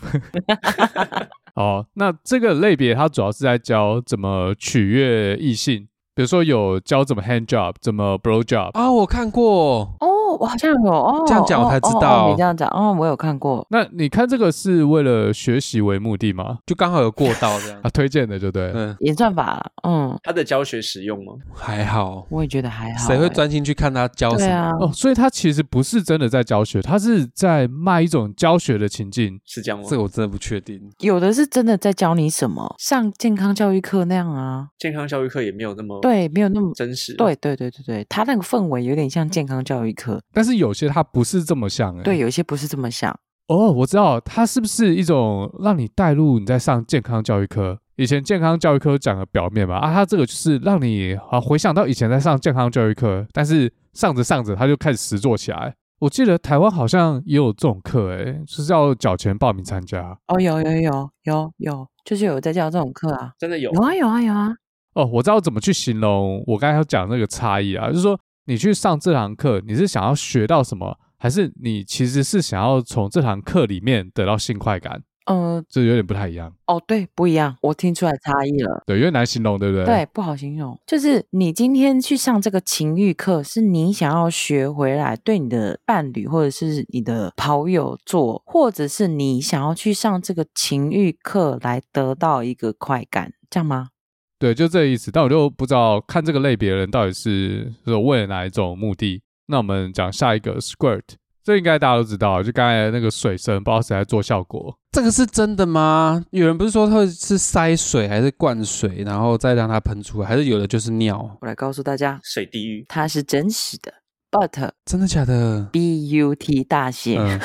Speaker 1: 哦，那这个类别它主要是在教怎么取悦异性，比如说有教怎么 hand job，怎么 blow job。
Speaker 2: 啊，我看过，
Speaker 3: 哦，我好像有哦，
Speaker 2: 这样讲我才
Speaker 3: 哦
Speaker 2: 知
Speaker 3: 哦哦
Speaker 2: 道
Speaker 3: 你这样讲，哦，我有看过，
Speaker 1: 那你看这个是为了学习为目的吗？
Speaker 2: 就刚好有过道这样
Speaker 1: 啊，。推荐的就对了。
Speaker 2: 嗯，
Speaker 3: 演算法啦，嗯，
Speaker 4: 它的教学实用吗？
Speaker 2: 还好，
Speaker 3: 我也觉得还好欸。
Speaker 2: 谁会专心去看他教什
Speaker 3: 对
Speaker 2: 么？
Speaker 3: 啊，
Speaker 1: 哦，所以他其实不是真的在教学，他是在卖一种教学的情境。
Speaker 4: 是这样吗
Speaker 2: 这？个我真的不确定。
Speaker 3: 有的是真的在教你什么，像健康教育课那样啊。
Speaker 4: 健康教育课也没有那
Speaker 2: 哦
Speaker 4: 么
Speaker 3: 对，没有那么。
Speaker 4: 真实，啊
Speaker 3: 对，对对对对，他那个氛围有点像健康教育课，
Speaker 1: 但是有些他不是这么像、欸。
Speaker 3: 对，，有一些不是这么想。
Speaker 1: 哦，我知道，它是不是一种让你带入你在上健康教育课？以前健康教育课讲的表面嘛，啊，它这个就是让你啊回想到以前在上健康教育课，但是上着上着它就开始实做起来。我记得台湾好像也有这种课，诶，就是要缴钱报名参加。
Speaker 3: 哦，有有有有有，就是有在教这种课啊，
Speaker 4: 真的有
Speaker 3: 有啊有啊有啊，
Speaker 1: 哦，我知道怎么去形容我刚才要讲那个差异啊，就是说你去上这堂课，你是想要学到什么，还是你其实是想要从这堂课里面得到性快感？
Speaker 3: 呃，
Speaker 1: 这有点不太一样，
Speaker 3: 哦，对，不一样，我听出来差异了。
Speaker 1: 对，有点难形容，对不对？
Speaker 3: 对，不好形容。就是你今天去上这个情欲课，是你想要学回来对你的伴侣或者是你的跑友做，或者是你想要去上这个情欲课来得到一个快感，这样吗？
Speaker 1: 对，就这意思。但我就不知道看这个类别的人到底是是为了哪一种目的。那我们讲下一个 squirt，这应该大家都知道，啊就刚才那个水声，不知道谁在做效果。
Speaker 2: 这个是真的吗？有人不是说他会是塞水还是灌水，然后再让它喷出来，还是有的就是尿？
Speaker 3: 我来告诉大家，
Speaker 4: 水地狱，
Speaker 3: 它是真实的，but
Speaker 2: 真的假的？
Speaker 3: b u t 大写，
Speaker 2: 嗯，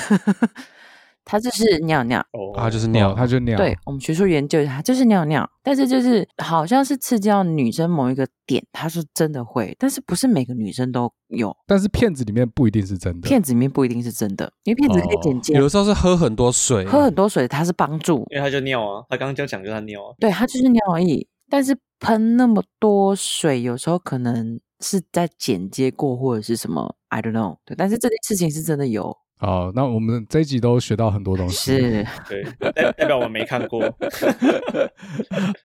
Speaker 3: 它就是尿尿。
Speaker 4: 哦，
Speaker 2: 啊，就是尿，
Speaker 1: 他就尿。
Speaker 3: 对我们学术研究，它就是尿尿，但是就是好像是刺激到女生某一个点，她是真的会，但是不是每个女生都有。
Speaker 1: 但是骗子里面不一定是真的。
Speaker 3: 骗子里面不一定是真的，因为骗子可以
Speaker 1: 哦
Speaker 3: 简介，
Speaker 2: 有的时候是喝很多水，
Speaker 3: 喝很多水它是帮助，
Speaker 4: 因为他就尿啊，他刚刚就讲就是他尿啊，
Speaker 3: 对，它就是尿而已。但是喷那么多水，有时候可能是在剪接过或者是什么，I don't know。对，但是这件事情是真的有，
Speaker 1: 好，哦那我们这一集都学到很多东西。
Speaker 3: 是
Speaker 4: 对，代代表我没看过，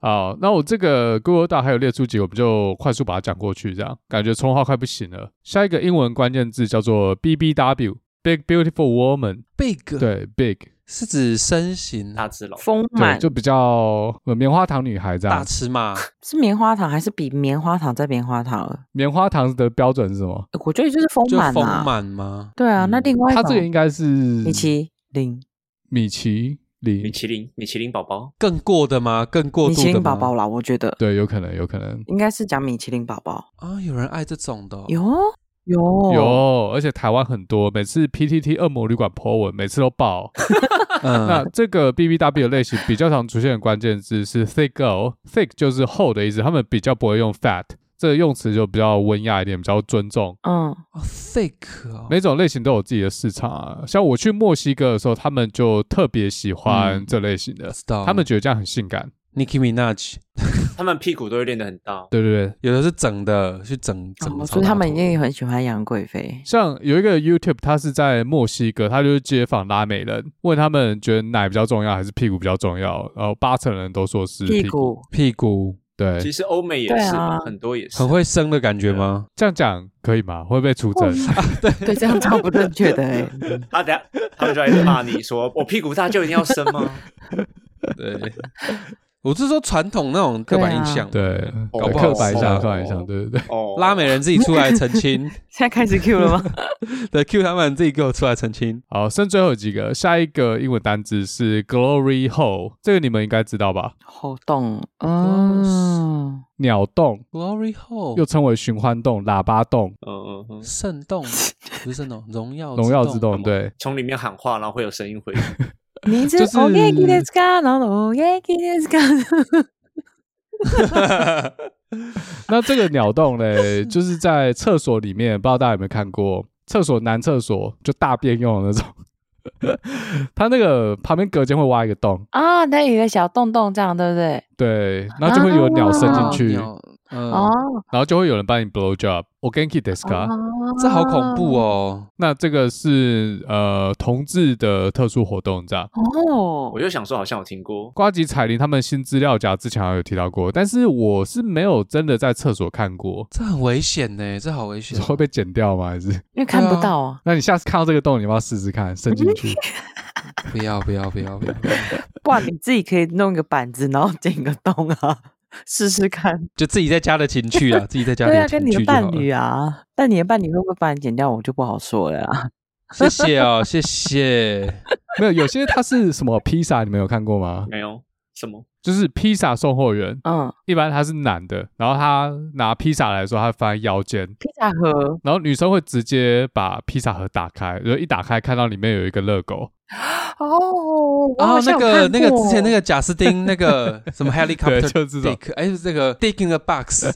Speaker 1: 好，那我这个 Google 大还有列出几个，我们就快速把它讲过去，这样感觉冲话快不行了。下一个英文关键字叫做 BBW，Big Beautiful Woman，
Speaker 2: big，，
Speaker 1: 对，Big，
Speaker 2: 是指身形
Speaker 4: 大只佬，
Speaker 3: 丰
Speaker 1: 对，
Speaker 3: 满
Speaker 1: 就比较呃棉花糖女孩这
Speaker 2: 大
Speaker 1: 样。
Speaker 2: 吃嘛，
Speaker 3: 是棉花糖还是比棉花糖再棉花糖了？
Speaker 1: 棉花糖的标准是什么？
Speaker 3: 我觉得就是丰
Speaker 2: 就
Speaker 3: 满
Speaker 2: 丰
Speaker 3: 啊，
Speaker 2: 满吗？
Speaker 3: 对啊。那
Speaker 2: 嗯
Speaker 3: 另外一
Speaker 1: 它
Speaker 3: 种，
Speaker 1: 这个应该是
Speaker 3: 米其林。
Speaker 1: 米其
Speaker 4: 米
Speaker 1: 林，
Speaker 4: 其林，米其林宝宝，
Speaker 2: 更过的吗？更过
Speaker 3: 米
Speaker 2: 度
Speaker 3: 其
Speaker 2: 的
Speaker 3: 林
Speaker 2: 吗
Speaker 3: 宝宝啦，我觉得
Speaker 1: 对，有可能，有可能。
Speaker 3: 应该是讲米其林宝宝。
Speaker 2: 啊，有人爱这种的哦，
Speaker 3: 有有
Speaker 1: 有，而且台湾很多，每次 PTT 恶魔旅馆 po 文，每次都爆。那
Speaker 2: 嗯，
Speaker 1: 这个 BBW 的类型比较常出现的关键字是 thick girl，thick 就是厚的意思，他们比较不会用 fat，这个用词就比较温雅一点，比较尊重。
Speaker 3: 嗯，
Speaker 2: 哦，thick 哦，
Speaker 1: 每种类型都有自己的市场啊，像我去墨西哥的时候，他们就特别喜欢
Speaker 2: 嗯
Speaker 1: 这类型的，
Speaker 2: 知道
Speaker 1: 他们觉得这样很性感。
Speaker 2: Nicki Minaj
Speaker 4: 他们屁股都会练得很大，
Speaker 1: 对对对，
Speaker 2: 有的是整的，去整整的超大
Speaker 3: 哦
Speaker 2: 坨，
Speaker 3: 所以他们一定很喜欢杨贵妃。
Speaker 1: 像有一个 YouTube，他是在墨西哥，他就是街访拉美人，问他们觉得奶比较重要还是屁股比较重要，然后八成人都说是
Speaker 3: 屁
Speaker 1: 屁
Speaker 3: 股
Speaker 2: 屁股
Speaker 1: 对，
Speaker 4: 其实欧美也
Speaker 3: 对
Speaker 4: 是
Speaker 3: 啊
Speaker 4: 吧，很多也是
Speaker 2: 很，会生的感觉吗？
Speaker 1: 这样讲可以吗？会被出征？
Speaker 3: 对，这样超不正确 的哎、
Speaker 4: 他等下他们就来骂你说，我屁股大就一定要生吗？
Speaker 2: 对， 我是说传统那种刻板
Speaker 3: 啊
Speaker 2: 印象，
Speaker 1: 对，
Speaker 5: 哦
Speaker 1: 对刻板印象，
Speaker 5: 哦
Speaker 1: 刻板印象，对对对。
Speaker 5: 哦，
Speaker 2: 拉美人自己出来澄清，
Speaker 3: 现在开始 Q 了吗？
Speaker 2: 对，Q 他们自己给我出来澄清。
Speaker 1: 好，剩最后几个，下一个英文单字是 glory hole，这个你们应该知道吧？
Speaker 3: 好动，嗯，
Speaker 1: 鸟洞
Speaker 2: Glory
Speaker 1: 又
Speaker 2: Hole，
Speaker 1: 称为循环洞、喇叭洞、
Speaker 4: 嗯嗯嗯，
Speaker 2: 圣洞不是圣洞，荣耀
Speaker 1: 荣耀之
Speaker 2: 洞。
Speaker 1: 洞，对，
Speaker 4: 从里面喊话，然后会有声 音回应。
Speaker 3: 你这
Speaker 1: 就是
Speaker 3: 哦耶基列斯卡，然后哦耶基列斯卡，
Speaker 1: 那这个鸟洞嘞，就是在厕所里面，不知道大家有没有看过？厕所男厕所就大便用的那种， 它那个旁边隔间会挖一个洞，
Speaker 3: 啊，它有一个小洞洞这样，对不对？
Speaker 1: 对，然后就会有鸟伸进去，
Speaker 2: 鸟，
Speaker 3: 哦
Speaker 2: 嗯，，
Speaker 1: 然后就会有人帮你 blow job。o g a n k i deska，、
Speaker 2: 这好恐怖哦！
Speaker 1: 那这个是呃同志的特殊活动，这样。
Speaker 3: 哦
Speaker 4: 我，就想说，好像有听过，
Speaker 1: 瓜吉彩铃他们新资料夹之前好像有提到过，但是我是没有真的在厕所看过，
Speaker 2: 这很危险呢，这好危险。
Speaker 1: 会被剪掉吗？还是？
Speaker 3: 因为看不到啊，
Speaker 1: 那你下次看到这个洞，你要不要试试看伸进去？
Speaker 2: 不要不要不要不 要！不要
Speaker 3: 不然你自己可以弄一个板子，然后剪个洞啊，试试看。
Speaker 2: 就自己在家的情趣啊，自己在家里
Speaker 3: 对啊，
Speaker 2: 的
Speaker 3: 跟
Speaker 2: 情
Speaker 3: 你的
Speaker 2: 趣就好了。
Speaker 3: 伴侣啊，但你的伴侣会不会把你剪掉，我就不好说了啊。
Speaker 2: 谢谢哦，谢谢。
Speaker 1: 没有，有些它是什么披萨，你们有看过吗？
Speaker 4: 没有什么
Speaker 1: 就是披萨送货员，
Speaker 3: 嗯，
Speaker 1: 一般他是男的，然后他拿披萨来说，他翻腰间，
Speaker 3: 披萨盒，
Speaker 1: 然后女生会直接把披萨盒打开，然后一打开看到里面有一个热狗，
Speaker 3: 哦，我好
Speaker 2: 哦，
Speaker 3: 像
Speaker 2: 那
Speaker 3: 有
Speaker 2: 个
Speaker 3: 看
Speaker 2: 那个
Speaker 3: 过
Speaker 2: 之前那个贾斯汀那 个什么
Speaker 1: 对
Speaker 2: helicopter
Speaker 1: 就是这种
Speaker 2: dick，哎，这个 dick in a box，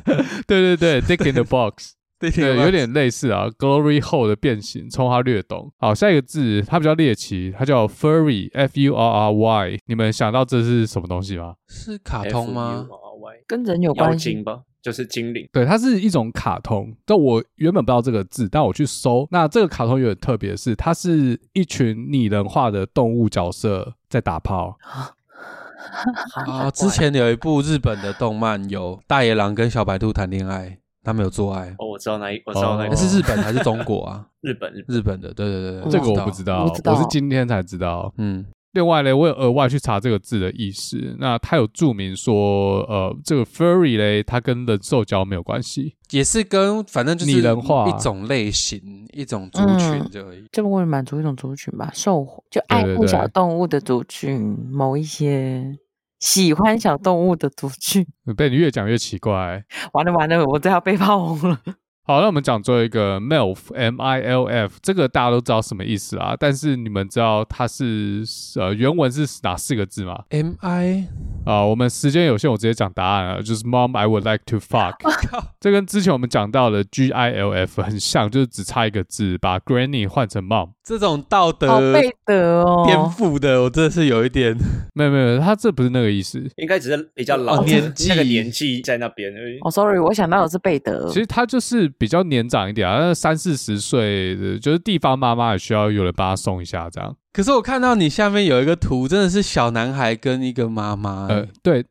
Speaker 1: 对对对，Dick in the box，
Speaker 2: 对
Speaker 1: 对，有点类似啊，Glory Hole 的变形，从它略懂。好，下一个字它比较猎奇，它叫 furry，f u r r y，你们想到这是什么东西吗？
Speaker 2: 是卡通吗？
Speaker 4: ？F-U-R-Y
Speaker 3: 跟人有
Speaker 4: 哦妖
Speaker 3: 关系
Speaker 4: 精吧，就是精灵。
Speaker 1: 对，它是一种卡通。但我原本不知道这个字，但我去搜，那这个卡通有点特别，是它是一群拟人化的动物角色在打炮。
Speaker 2: 啊，之前有一部日本的动漫有大野狼跟小白兔谈恋爱，他们有做爱，
Speaker 4: 哦，我知道那一，我知道
Speaker 1: 哦
Speaker 4: 那
Speaker 2: 那
Speaker 4: 个
Speaker 2: 是日本还是中国 啊？
Speaker 4: 日本日本。
Speaker 2: 日本的，对对对，
Speaker 1: 这个我不知道，
Speaker 3: 我不知道
Speaker 1: 我是今天才知道。
Speaker 2: 嗯，
Speaker 1: 另外呢，我有额外去查这个字的意思。那它有注明说，呃，这个 furry 嘞，它跟人兽交没有关系。
Speaker 2: 也是跟反正就是
Speaker 1: 拟人化
Speaker 2: 一种类型、一种族群
Speaker 3: 嗯
Speaker 2: 就而已。
Speaker 3: 这为了满足一种族群吧，受就
Speaker 1: 对
Speaker 3: 爱
Speaker 1: 对
Speaker 3: 护小
Speaker 1: 对
Speaker 3: 动物的族群，某一些喜欢小动物的族群。
Speaker 1: 被你越讲越奇怪。
Speaker 3: 完了完了，我这要被炮轰了。
Speaker 1: 好，那我们讲最后一个 MILF M I L F，这个大家都知道什么意思啦。但是你们知道它是呃原文是哪四个字吗？
Speaker 2: M I，
Speaker 1: 啊、我们时间有限，我直接讲答案了，就是 Mom I would like to fuck。这跟之前我们讲到的 G I L F 很像，就是只差一个字，把 Granny 换成 Mom。
Speaker 2: 这种道
Speaker 3: 好
Speaker 2: 德
Speaker 3: 贝德
Speaker 2: 颠
Speaker 3: 哦，
Speaker 2: 覆的，我真的是有一点。
Speaker 1: 没有没有，它这不是那个意思。
Speaker 4: 应该只是比较老
Speaker 2: 哦年纪
Speaker 4: 那个年纪在那边而已。
Speaker 3: 哦，sorry，我想到的是贝德。
Speaker 1: 其实他就是比较年长一点啊，那三四十岁的，就是地方妈妈也需要有人帮他送一下这样。
Speaker 2: 可是我看到你下面有一个图，真的是小男孩跟一个妈妈
Speaker 1: 呃，对，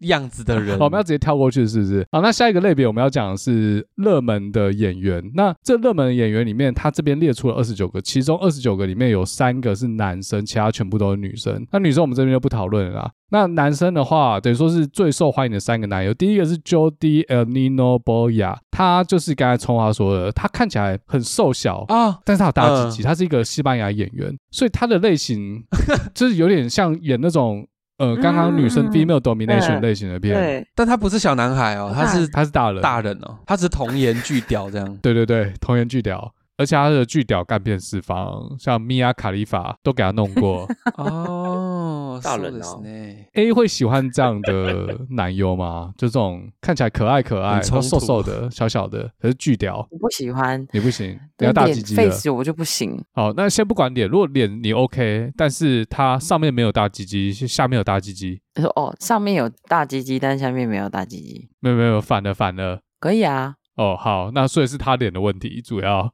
Speaker 2: 样子的人。
Speaker 1: 好我们要直接跳过去，是不是？好，那下一个类别我们要讲的是热门的演员。那这热门的演员里面，他这边列出了二十九个，其中二十九个里面有三个是男生，其他全部都是女生。那女生我们这边就不讨论了啦。那男生的话，等于说是最受欢迎的三个男优。第一个是 Jody El Nino Boya，他就是刚才聪华说的，他看起来很瘦小
Speaker 2: 啊，
Speaker 1: 但是他有大鸡
Speaker 3: 嗯
Speaker 1: 鸡，他是一个西班牙演员，所以他的类 型就是有点像演那种呃，刚刚女生
Speaker 3: 嗯
Speaker 1: female domination
Speaker 3: 嗯
Speaker 1: 类型的片，
Speaker 3: 对，
Speaker 2: 但他不是小男孩哦，他是
Speaker 1: 他是大人，。
Speaker 2: 大人哦，他只是童颜巨屌这样
Speaker 1: 对对对，童颜巨屌，而且他的巨屌干遍四方，像米娅卡里法都给他弄 过。
Speaker 2: 哦，
Speaker 4: 大人哦
Speaker 2: そうですね
Speaker 1: A 会喜欢这样的男优吗？就这种看起来可爱可爱，
Speaker 2: 很
Speaker 1: 然后
Speaker 2: 冲突
Speaker 1: 瘦瘦的、小小的，可是巨屌，
Speaker 3: 我不喜欢。
Speaker 1: 你不行，你
Speaker 3: 那
Speaker 1: 要大
Speaker 3: 脸
Speaker 1: 鸡鸡了。
Speaker 3: face 我就不行，
Speaker 1: 好，那先不管脸，如果脸你 OK，但是他上面没有大鸡鸡，下面有大鸡鸡，
Speaker 3: 他说哦，上面有大鸡鸡，但下面没有大鸡鸡，
Speaker 1: 没有没有，反了反了。
Speaker 3: 可以啊
Speaker 1: 哦，好，那所以是他脸的问题，主要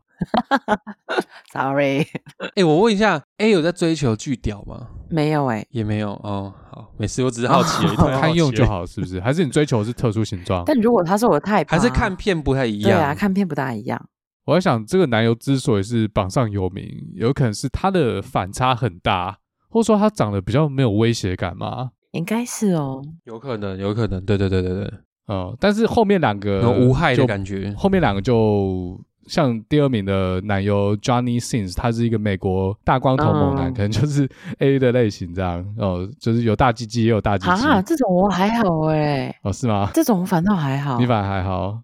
Speaker 3: ，sorry，
Speaker 2: 哎，我问一下，A 有在追求巨屌吗？
Speaker 3: 没有哎、
Speaker 2: 也没有哦。好，没事，我只是好 奇而已，啊突然好奇
Speaker 1: 堪用就
Speaker 2: 而已。
Speaker 1: 好，是不是？还是你追求的是特殊形 状？
Speaker 3: 但如果他是我的 type，
Speaker 2: 还是
Speaker 3: 啊
Speaker 2: 看片不太一
Speaker 3: 对啊，
Speaker 2: 样。
Speaker 3: 看片不大一样，
Speaker 1: 我在想，这个男优之所以是榜上有名，有可能是他的反差很大，或者说他长得比较没有威胁感嘛。
Speaker 3: 应该是哦。
Speaker 2: 有可能，有可能，对对对对对，
Speaker 1: 嗯，但是后面两个
Speaker 2: 有无害
Speaker 1: 呃
Speaker 2: 的
Speaker 1: 就
Speaker 2: 感觉。
Speaker 1: 后面两个就像第二名的奶油 Johnny Sins，他是一个美国大光头猛男，
Speaker 3: 嗯
Speaker 1: 可能就是 A 的类型这样哦，就是有大鸡鸡也有大鸡鸡
Speaker 3: 啊，这种我还好哎、
Speaker 1: 哦，是吗？
Speaker 3: 这种我反倒还好。
Speaker 1: 你反而还好。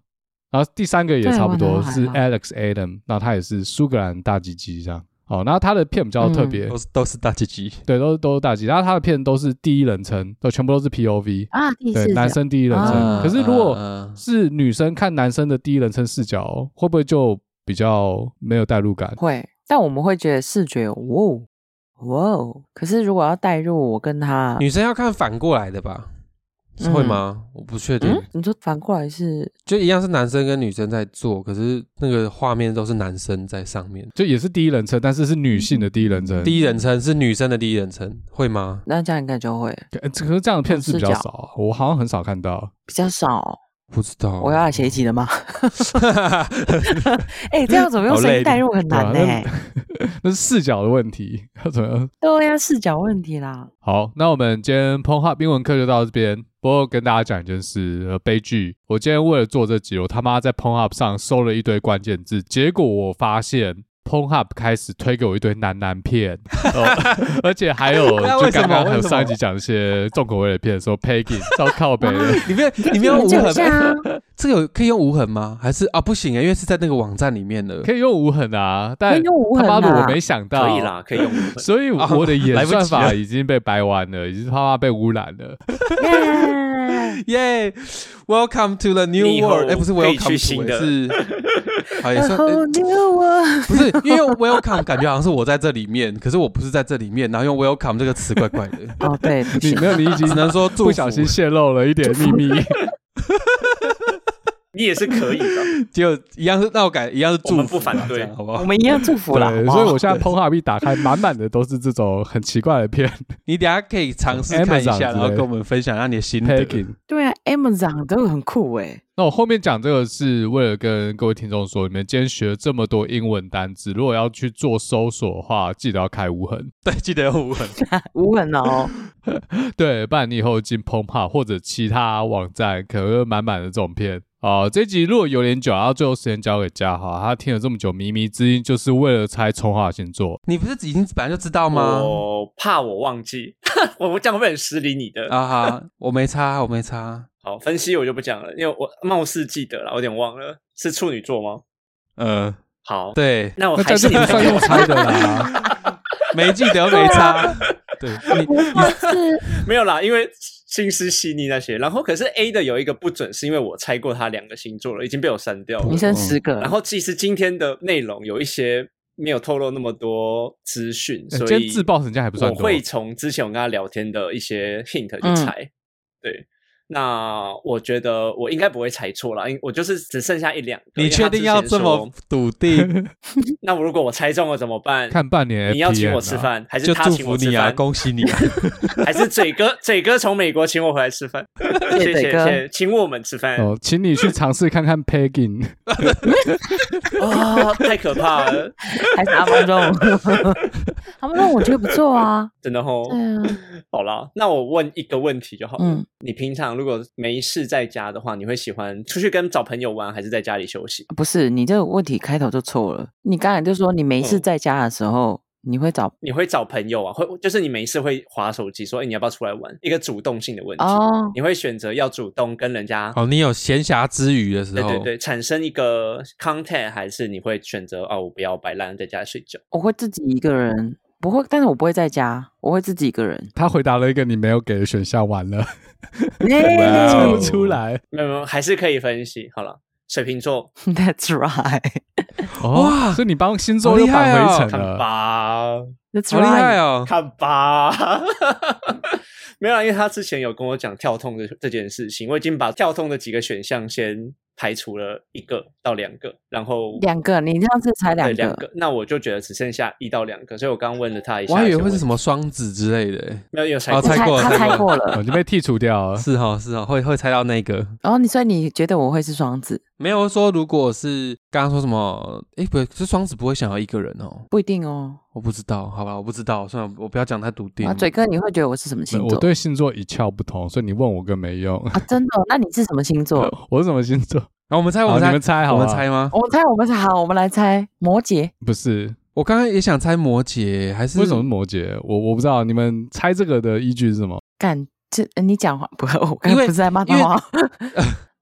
Speaker 1: 然后第三个也
Speaker 3: 哦对
Speaker 1: 差不
Speaker 3: 我
Speaker 1: 多
Speaker 3: 反倒还
Speaker 1: 是
Speaker 3: 好
Speaker 1: Alex Adam，那他也是苏格兰大鸡鸡这样。哦，然后他的片比较特别，
Speaker 3: 嗯
Speaker 2: 都是都是大鸡鸡，
Speaker 1: 对，都是都是大鸡，然后他的片都是第一人称，都全部都是 POV，
Speaker 3: 啊，第
Speaker 1: 对
Speaker 3: 四，
Speaker 1: 男
Speaker 3: 种
Speaker 1: 生第一人称。
Speaker 2: 啊
Speaker 1: 可是如果
Speaker 2: 啊啊
Speaker 1: 是女生看男生的第一人称视角，会不会就比较没有代入感？
Speaker 3: 会，但我们会觉得视觉哇哦哇哦。可是如果要带入我跟他，
Speaker 2: 女生要看反过来的吧？
Speaker 3: 嗯
Speaker 2: 会吗？我不确定，
Speaker 3: 嗯，你说反过来是
Speaker 2: 就一样是男生跟女生在做，可是那个画面都是男生在上面，
Speaker 1: 就也是第一人称，但是是女性的第一人
Speaker 3: 嗯
Speaker 1: 称。
Speaker 2: 第一人称是女生的第一人称，会吗？
Speaker 3: 那这样应该就会
Speaker 1: 呃可是这样的片是比较
Speaker 3: 视角
Speaker 1: 少啊，我好像很少看到。
Speaker 3: 比较少。
Speaker 2: 不知道，
Speaker 3: 我要来写一集 了吗？哎、这样怎么用
Speaker 2: 好
Speaker 3: 声
Speaker 2: 累
Speaker 3: 音带入很
Speaker 1: 对
Speaker 3: 难欸
Speaker 1: 啊
Speaker 3: 呢、
Speaker 1: 那 那是视角的问题，要怎么样？
Speaker 3: 对呀、视角问题啦。
Speaker 1: 好，那我们今天 p o n h u b 英文课就到这边。不过跟大家讲一件事，呃，悲剧。我今天为了做这集，我他妈在 p o n h u b 上搜了一堆关键字，结果我发现 p o n h u b 开始推给我一堆男男片，哦而且还有
Speaker 2: 那
Speaker 1: 就
Speaker 2: 为什
Speaker 1: 刚
Speaker 2: 么
Speaker 1: 刚还有
Speaker 2: 为什么
Speaker 1: 上一集讲一些重口味的片，说 Peggy 照靠 北的。
Speaker 2: 里面里面用无
Speaker 3: 这
Speaker 2: 痕
Speaker 3: 一下啊
Speaker 2: 吗？这个有可以用无痕吗？还是啊不行啊，因为是在那个网站里面的。
Speaker 1: 可以用无痕啊，但
Speaker 3: 可以用无痕
Speaker 1: 他妈
Speaker 3: 啊
Speaker 1: 的我没想到，
Speaker 4: 可以啦，可以用五分。
Speaker 1: 所以我的演
Speaker 2: 来不及
Speaker 1: 算
Speaker 2: 了
Speaker 1: 法已经被掰弯了，已经他妈被污染了。
Speaker 3: 耶
Speaker 2: 耶、w e l c o m e to the
Speaker 4: 你
Speaker 2: new
Speaker 4: 以后
Speaker 2: world。哎，不是
Speaker 4: 可以去
Speaker 2: Welcome
Speaker 4: 新
Speaker 2: to，
Speaker 4: 的
Speaker 2: 是好也
Speaker 3: ，A
Speaker 2: 算、
Speaker 3: whole
Speaker 2: 哎
Speaker 3: new world
Speaker 2: 不是因为用 Welcome 感觉好像是我在这里面，可是我不是在这里面，然后用 Welcome 这个词怪 怪的，
Speaker 3: 哦，对，不
Speaker 1: 你
Speaker 3: 行
Speaker 1: 没有，你已 经
Speaker 2: 只能说祝
Speaker 1: 不
Speaker 2: 福。
Speaker 1: 小心泄露了一点秘密。
Speaker 4: 你也是可以的，
Speaker 2: 就一样是，那我改一样是祝福
Speaker 4: 我们
Speaker 2: 啊，
Speaker 4: 不反对
Speaker 2: 这样好不
Speaker 3: 我
Speaker 2: 好？
Speaker 3: 们一样祝福啦，好
Speaker 1: 对，
Speaker 3: 不好
Speaker 1: 所以我现在 p o n h u b 一打开，满满的都是这种很奇怪的 片
Speaker 2: 你等一下可以尝
Speaker 4: 哎
Speaker 2: 试看一
Speaker 1: Amazon 之类的
Speaker 2: 下，然后跟我们分享一下你的心得。
Speaker 1: taking。
Speaker 3: 对啊，Amazon 都很酷哎、
Speaker 1: 那我后面讲这个是为了跟各位听众说，你们今天学了这么多英文单字，如果要去做搜索的话，记得要开无痕，
Speaker 2: 对，记得用无痕。
Speaker 3: 无痕哦，
Speaker 1: 对，不然你以后进 p o n h u b 或者其他网站，可能会满满的这种片。哦，这集如果有点久，然后最后时间交给嘉豪，他听了这么久，靡靡之音就是为了猜重华星座。
Speaker 2: 你不是已经本来就知道 吗？
Speaker 4: 我怕我忘记， 我这样会不会很失礼你的。
Speaker 2: 啊哈，我没差，我没差。
Speaker 4: 好，分析我就不讲了，因为我貌似记得了，我有点忘了，是处女座吗？
Speaker 2: 呃，
Speaker 4: 好，
Speaker 2: 对，
Speaker 4: 那我
Speaker 1: 那
Speaker 4: 还
Speaker 1: 但
Speaker 4: 是
Speaker 1: 是
Speaker 4: 你
Speaker 1: 不
Speaker 4: 们
Speaker 1: 算
Speaker 4: 给
Speaker 1: 用
Speaker 4: 我
Speaker 1: 猜的啦，
Speaker 2: 没记得没 差。对你，
Speaker 3: 不算是
Speaker 4: 没有啦，因为心思细腻那些。然后可是 A 的有一个不准，是因为我猜过他两个星座了，已经被我删掉
Speaker 3: 女
Speaker 4: 了。
Speaker 3: 生十
Speaker 4: 哦然
Speaker 3: 个，
Speaker 4: 后其实今天的内容有一些没有透露那么多资讯，所
Speaker 1: 哎今
Speaker 4: 以
Speaker 1: 天自爆成这样还不算
Speaker 4: 我
Speaker 1: 多。
Speaker 4: 会从之前我跟他聊天的一些 hint 去猜。对，那我觉得我应该不会猜错啦，因为我就是只剩下一两个。
Speaker 2: 你
Speaker 4: 因为他
Speaker 2: 确定
Speaker 4: 之前
Speaker 2: 要这么
Speaker 4: 说？
Speaker 2: 笃定？
Speaker 4: 那我如果我猜中了怎么办？
Speaker 1: 看半年 FPN 啊，
Speaker 4: 你要请我吃饭，还是
Speaker 2: 就
Speaker 4: 他
Speaker 2: 祝
Speaker 4: 请
Speaker 2: 福
Speaker 4: 我吃
Speaker 2: 你啊，
Speaker 4: 饭？
Speaker 2: 恭喜你啊！
Speaker 4: 还是嘴哥，嘴哥从美国请我回来吃饭，
Speaker 3: 谢
Speaker 4: 谢谢
Speaker 3: 嘴哥
Speaker 4: 谢谢，请我们吃饭
Speaker 1: 哦，请你去尝试看看 Pegging。。
Speaker 4: 啊，太可怕了，
Speaker 3: 还是阿邦中，阿邦中我觉得不错啊，
Speaker 4: 真的吼。
Speaker 3: 对啊，
Speaker 4: 好啦，那我问一个问题就好了。
Speaker 3: 嗯，
Speaker 4: 你平常如果没事在家的话，你会喜欢出去跟找朋友玩，还是在家里休息？
Speaker 3: 不是你这个问题开头就错了，你刚才就说你没事
Speaker 4: 嗯
Speaker 3: 在家的时候，你会找
Speaker 4: 你会找朋友啊，会就是你没事会划手机，说哎、你要不要出来玩？一个主动性的问题，
Speaker 3: 哦，
Speaker 4: 你会选择要主动跟人家。
Speaker 2: 哦，你有闲暇之余的时
Speaker 4: 对
Speaker 2: 候，
Speaker 4: 对对，产生一个 content，还是你会选择哦，我不要摆烂，在家睡觉。
Speaker 3: 我会自己一个人，不会，但是我不会在家，我会自己一个人
Speaker 1: 他回答了一个你没有给的选项，完了， 猜
Speaker 2: 哦
Speaker 1: 不
Speaker 3: 耶
Speaker 1: 出来。
Speaker 4: 没有没有，还是可以分析。好了，水瓶座，
Speaker 3: That's right,
Speaker 1: 哇，
Speaker 2: 哇
Speaker 1: 所以你帮星座又返回一层
Speaker 4: 看
Speaker 1: 了。
Speaker 4: 吧，
Speaker 3: That's
Speaker 2: 好厉害
Speaker 3: right。
Speaker 2: 哦！
Speaker 4: 看吧。 没有啊啦，因为他之前有跟我讲跳痛的这件事情，我已经把跳痛的几个选项先排除了一个到两个，然后
Speaker 3: 两个，你上次才
Speaker 4: 对
Speaker 3: 两
Speaker 4: 两
Speaker 3: 个，
Speaker 4: 个，那我就觉得只剩下一到两个，所以我刚问了他一下，
Speaker 2: 我还以为会是什
Speaker 4: 么，
Speaker 2: 么双子之类的，
Speaker 4: 没有有猜
Speaker 2: 哦
Speaker 4: 过，
Speaker 2: 猜过了
Speaker 3: 他
Speaker 2: 猜
Speaker 3: 猜
Speaker 2: 过
Speaker 3: 过
Speaker 1: 哦
Speaker 3: 了。
Speaker 1: 你被剔除掉了。
Speaker 2: 是哦是哦，会会猜到那个。
Speaker 3: 然后你所以你觉得我会是双子？
Speaker 2: 没有说如果是刚刚说什么，哎，不是双子不会想要一个人哦，
Speaker 3: 不一定哦。
Speaker 2: 我不知道，好吧，我不知道，算了，我不要讲太笃定
Speaker 3: 啊，。嘴哥，你会觉得我是什么星
Speaker 1: 我
Speaker 3: 座？
Speaker 1: 对星座一窍不通，所以你问我更没用。
Speaker 3: 啊，真的哦？那你是什么星座？
Speaker 1: 我是什么星座？
Speaker 2: 然后我们猜，我
Speaker 1: 好，
Speaker 2: 们
Speaker 1: 你
Speaker 2: 猜，啊
Speaker 1: 们猜好
Speaker 2: 我
Speaker 1: 了。
Speaker 2: 们猜吗？
Speaker 3: 我猜，我们猜好，我们来猜摩羯。
Speaker 1: 不是？
Speaker 2: 我刚刚也想猜摩羯，还是
Speaker 1: 为什么是？摩羯？我我不知道，你们猜这个的依据是什 么？
Speaker 3: 感这呃你讲话不？我刚
Speaker 2: 因
Speaker 3: 才
Speaker 2: 为
Speaker 3: 不是在骂
Speaker 2: 因
Speaker 3: 他
Speaker 2: 为
Speaker 3: 吗？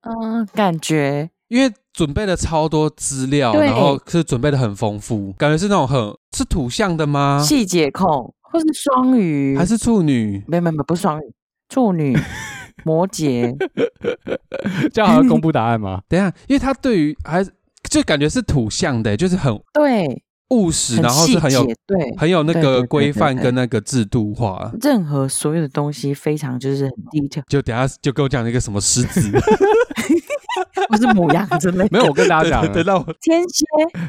Speaker 3: 嗯，感觉
Speaker 2: 因为准备了超多资料，
Speaker 3: 对
Speaker 2: 然后是准备的很丰富，感觉是那种很是土象的吗？
Speaker 3: 细节控，或是双鱼，
Speaker 2: 啊还是处女？
Speaker 3: 没没没，不是双鱼，处女、摩羯，
Speaker 1: 这样好要公布答案吗？
Speaker 2: 等一下，因为他对于还是就感觉是土象的，就是很
Speaker 3: 对，
Speaker 2: 务实，然后
Speaker 3: 细
Speaker 2: 是很有
Speaker 3: 节，对，
Speaker 2: 很有那
Speaker 3: 对对
Speaker 2: 个
Speaker 3: 对
Speaker 2: 规范
Speaker 3: 对
Speaker 2: 跟那个制度化。
Speaker 3: 任何所有的东西非常就是很 detail，
Speaker 2: 就等一下就跟我讲一个什么 狮子，
Speaker 3: 或是母羊之类的。
Speaker 1: 没有，我跟大家讲，
Speaker 2: 等到我
Speaker 3: 天蝎，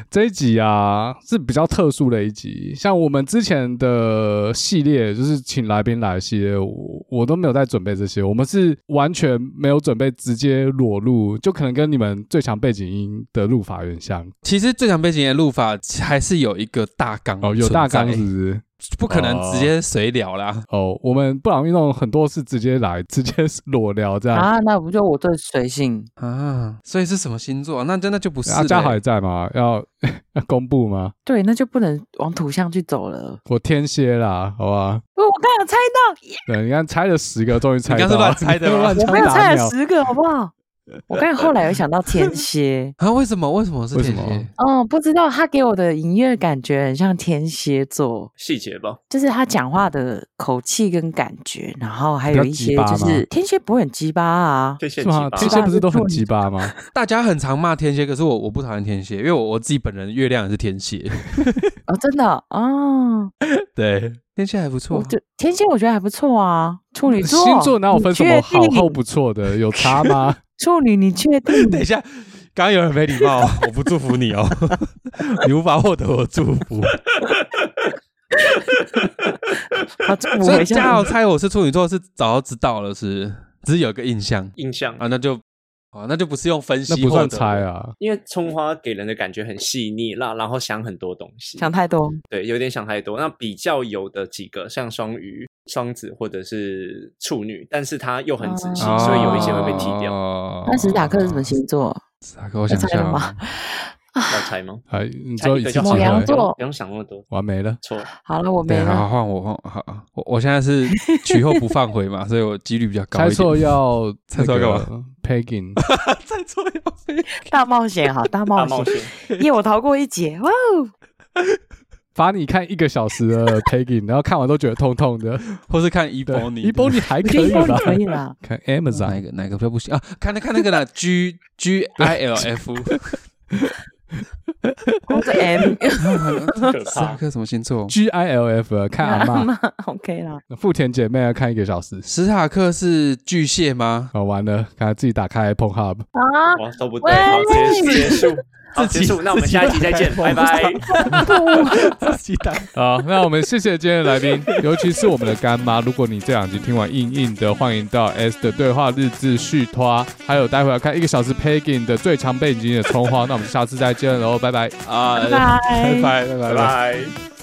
Speaker 1: 这一集啊是比较特殊的一集，像我们之前的系列，就是请来宾来的系列，我我都没有在准备这些，我们是完全没有准备，直接裸露，就可能跟你们最强背景音的录法有点像
Speaker 2: 其实最强背景音的录法还是有一个大纲
Speaker 1: 哦，有大纲是不
Speaker 2: 嗯存在，
Speaker 1: 是？
Speaker 2: 不可能直接随聊啦。
Speaker 1: 哦，我们布朗运动很多是直接来，直接裸聊这样。
Speaker 3: 啊，那不就我最随性？
Speaker 2: 啊，所以是什么星座？那真的就不是
Speaker 1: 哦啊，
Speaker 2: 嘞
Speaker 1: 嘉豪也在吗？要 要公布吗？
Speaker 3: 对，那就不能往土象去走了。
Speaker 1: 我天蝎啦，好吧。
Speaker 3: 我刚才有猜到耶，
Speaker 1: 对，你看猜了十个，终于猜
Speaker 2: 你
Speaker 1: 到
Speaker 2: 刚
Speaker 1: 了。
Speaker 2: 是乱猜的吗，
Speaker 1: 乱
Speaker 3: 我
Speaker 1: 枪
Speaker 3: 没有
Speaker 1: 打
Speaker 3: 猜
Speaker 1: 鸟
Speaker 3: 了。十个，好不好？我刚才后来有想到天蝎
Speaker 2: 啊？为什么？为什么是
Speaker 1: 为
Speaker 2: 天
Speaker 1: 什么
Speaker 2: 蝎？
Speaker 3: 哦，不知道他给我的隐约感觉很像天蝎座，
Speaker 4: 细节吧。
Speaker 3: 就是他讲话的口气跟感觉，然后还有
Speaker 1: 比较
Speaker 3: 一些
Speaker 1: 鸡巴
Speaker 3: 就
Speaker 1: 吗
Speaker 3: 是天蝎不会很鸡巴啊，
Speaker 4: 天蝎
Speaker 1: 是吗？
Speaker 4: 鸡
Speaker 1: 天
Speaker 4: 巴
Speaker 1: 蝎不是都很鸡巴吗？
Speaker 2: 大家很常骂天蝎，可是我我不讨厌天蝎，因为我我自己本人月亮也是天蝎，
Speaker 3: 哦，真的哦，
Speaker 2: 对，天蝎还不
Speaker 3: 我
Speaker 1: 啊
Speaker 2: 错。
Speaker 3: 就天蝎我觉得还不错啊，处女座
Speaker 1: 星座哪有分什么好
Speaker 3: 你确
Speaker 1: 或
Speaker 3: 定
Speaker 1: 不错的？有差吗？
Speaker 3: 处女 你确定？
Speaker 2: 等一下，刚刚有人没礼 貌，我不祝福你哦， 你无法获得我祝福。
Speaker 3: 啊，这我
Speaker 2: 所以
Speaker 3: 回
Speaker 2: 嘉
Speaker 3: 家
Speaker 2: 豪猜我是处女座是早就知道了，是只是有个印象
Speaker 4: 印象
Speaker 2: 啊，那就啊，那就不是用分析
Speaker 1: 那不
Speaker 2: 获
Speaker 1: 算
Speaker 2: 得
Speaker 1: 猜
Speaker 2: 的。
Speaker 1: 啊。
Speaker 4: 因为葱花给人的感觉很细腻，那然后想很多东西，
Speaker 3: 想太多，
Speaker 4: 对，有点想太多。那比较有的几个，像双鱼、双子或者是处女，但是它又很仔细，
Speaker 3: 哦
Speaker 4: 所以有一些会被踢掉。
Speaker 2: 掉
Speaker 3: 那史塔克是什么？星座？
Speaker 2: 史哦塔克，我想
Speaker 3: 猜
Speaker 2: 一下
Speaker 3: 了
Speaker 2: 啊
Speaker 3: 吗，
Speaker 4: 要猜吗？
Speaker 1: 哎，你只
Speaker 4: 猜
Speaker 1: 有
Speaker 4: 一
Speaker 1: 一
Speaker 4: 个
Speaker 1: 次
Speaker 4: 就
Speaker 1: 机
Speaker 4: 好
Speaker 3: 摩羊
Speaker 1: 会
Speaker 4: 了，不
Speaker 3: 座哦
Speaker 4: 用不用想那么多。
Speaker 1: 完没了。
Speaker 4: 错，
Speaker 3: 好了，我没
Speaker 2: 对，好
Speaker 1: 啊
Speaker 3: 了。
Speaker 2: 换我换好，我我现在是取后不放回 嘛，所以我几率比较高一
Speaker 1: 猜
Speaker 2: 点。
Speaker 1: 错要
Speaker 2: 猜错干嘛
Speaker 1: ？Pegging，
Speaker 2: 猜错要飞，
Speaker 3: 大冒险好，大
Speaker 4: 大
Speaker 3: 冒
Speaker 4: 冒
Speaker 3: 险，
Speaker 4: 险，
Speaker 3: 耶！我逃过一劫，哇哦！
Speaker 1: 罚你看一个小时的 Pegging，然后看完都觉得痛痛的。
Speaker 2: 或是看伊
Speaker 1: 对
Speaker 2: 波尼，
Speaker 1: 一波你还
Speaker 3: 我
Speaker 1: 可
Speaker 3: 觉得
Speaker 1: 以
Speaker 3: 应该
Speaker 1: 吧？
Speaker 3: 可以啦。
Speaker 1: 看
Speaker 2: 哪一
Speaker 1: Amazon，
Speaker 2: 个哪一个比较不行啊？看那看那个啦，G G I L F，
Speaker 3: 我是 M
Speaker 4: 可
Speaker 2: 史塔
Speaker 3: 啊
Speaker 4: 怕。
Speaker 2: 克什么星座？
Speaker 1: G I L F 呃看 阿妈，
Speaker 3: ，OK 啦。
Speaker 1: 富田姐妹要看一个小时，
Speaker 2: 史塔克是巨蟹吗？
Speaker 1: 啊完了，刚才自己打开 p o n h u b
Speaker 3: 啊，
Speaker 4: 哇，都不对，
Speaker 3: 喂
Speaker 4: 好结结束，好
Speaker 2: 自
Speaker 4: 结
Speaker 2: 己
Speaker 4: 束。那我们
Speaker 2: 自己
Speaker 4: 下一集再见，拜拜。
Speaker 2: 自己打
Speaker 1: 好，那我们谢谢今天的来宾，尤其是我们的干妈。如果你这两集听完硬硬的，欢迎到 S 的对话日志续拖，还有待会要看一个小时 Pegging 的最强背景音的葱花。那我们下次再见喽，拜拜。
Speaker 2: 啊，
Speaker 3: 拜拜
Speaker 2: 拜拜拜
Speaker 4: 拜。拜。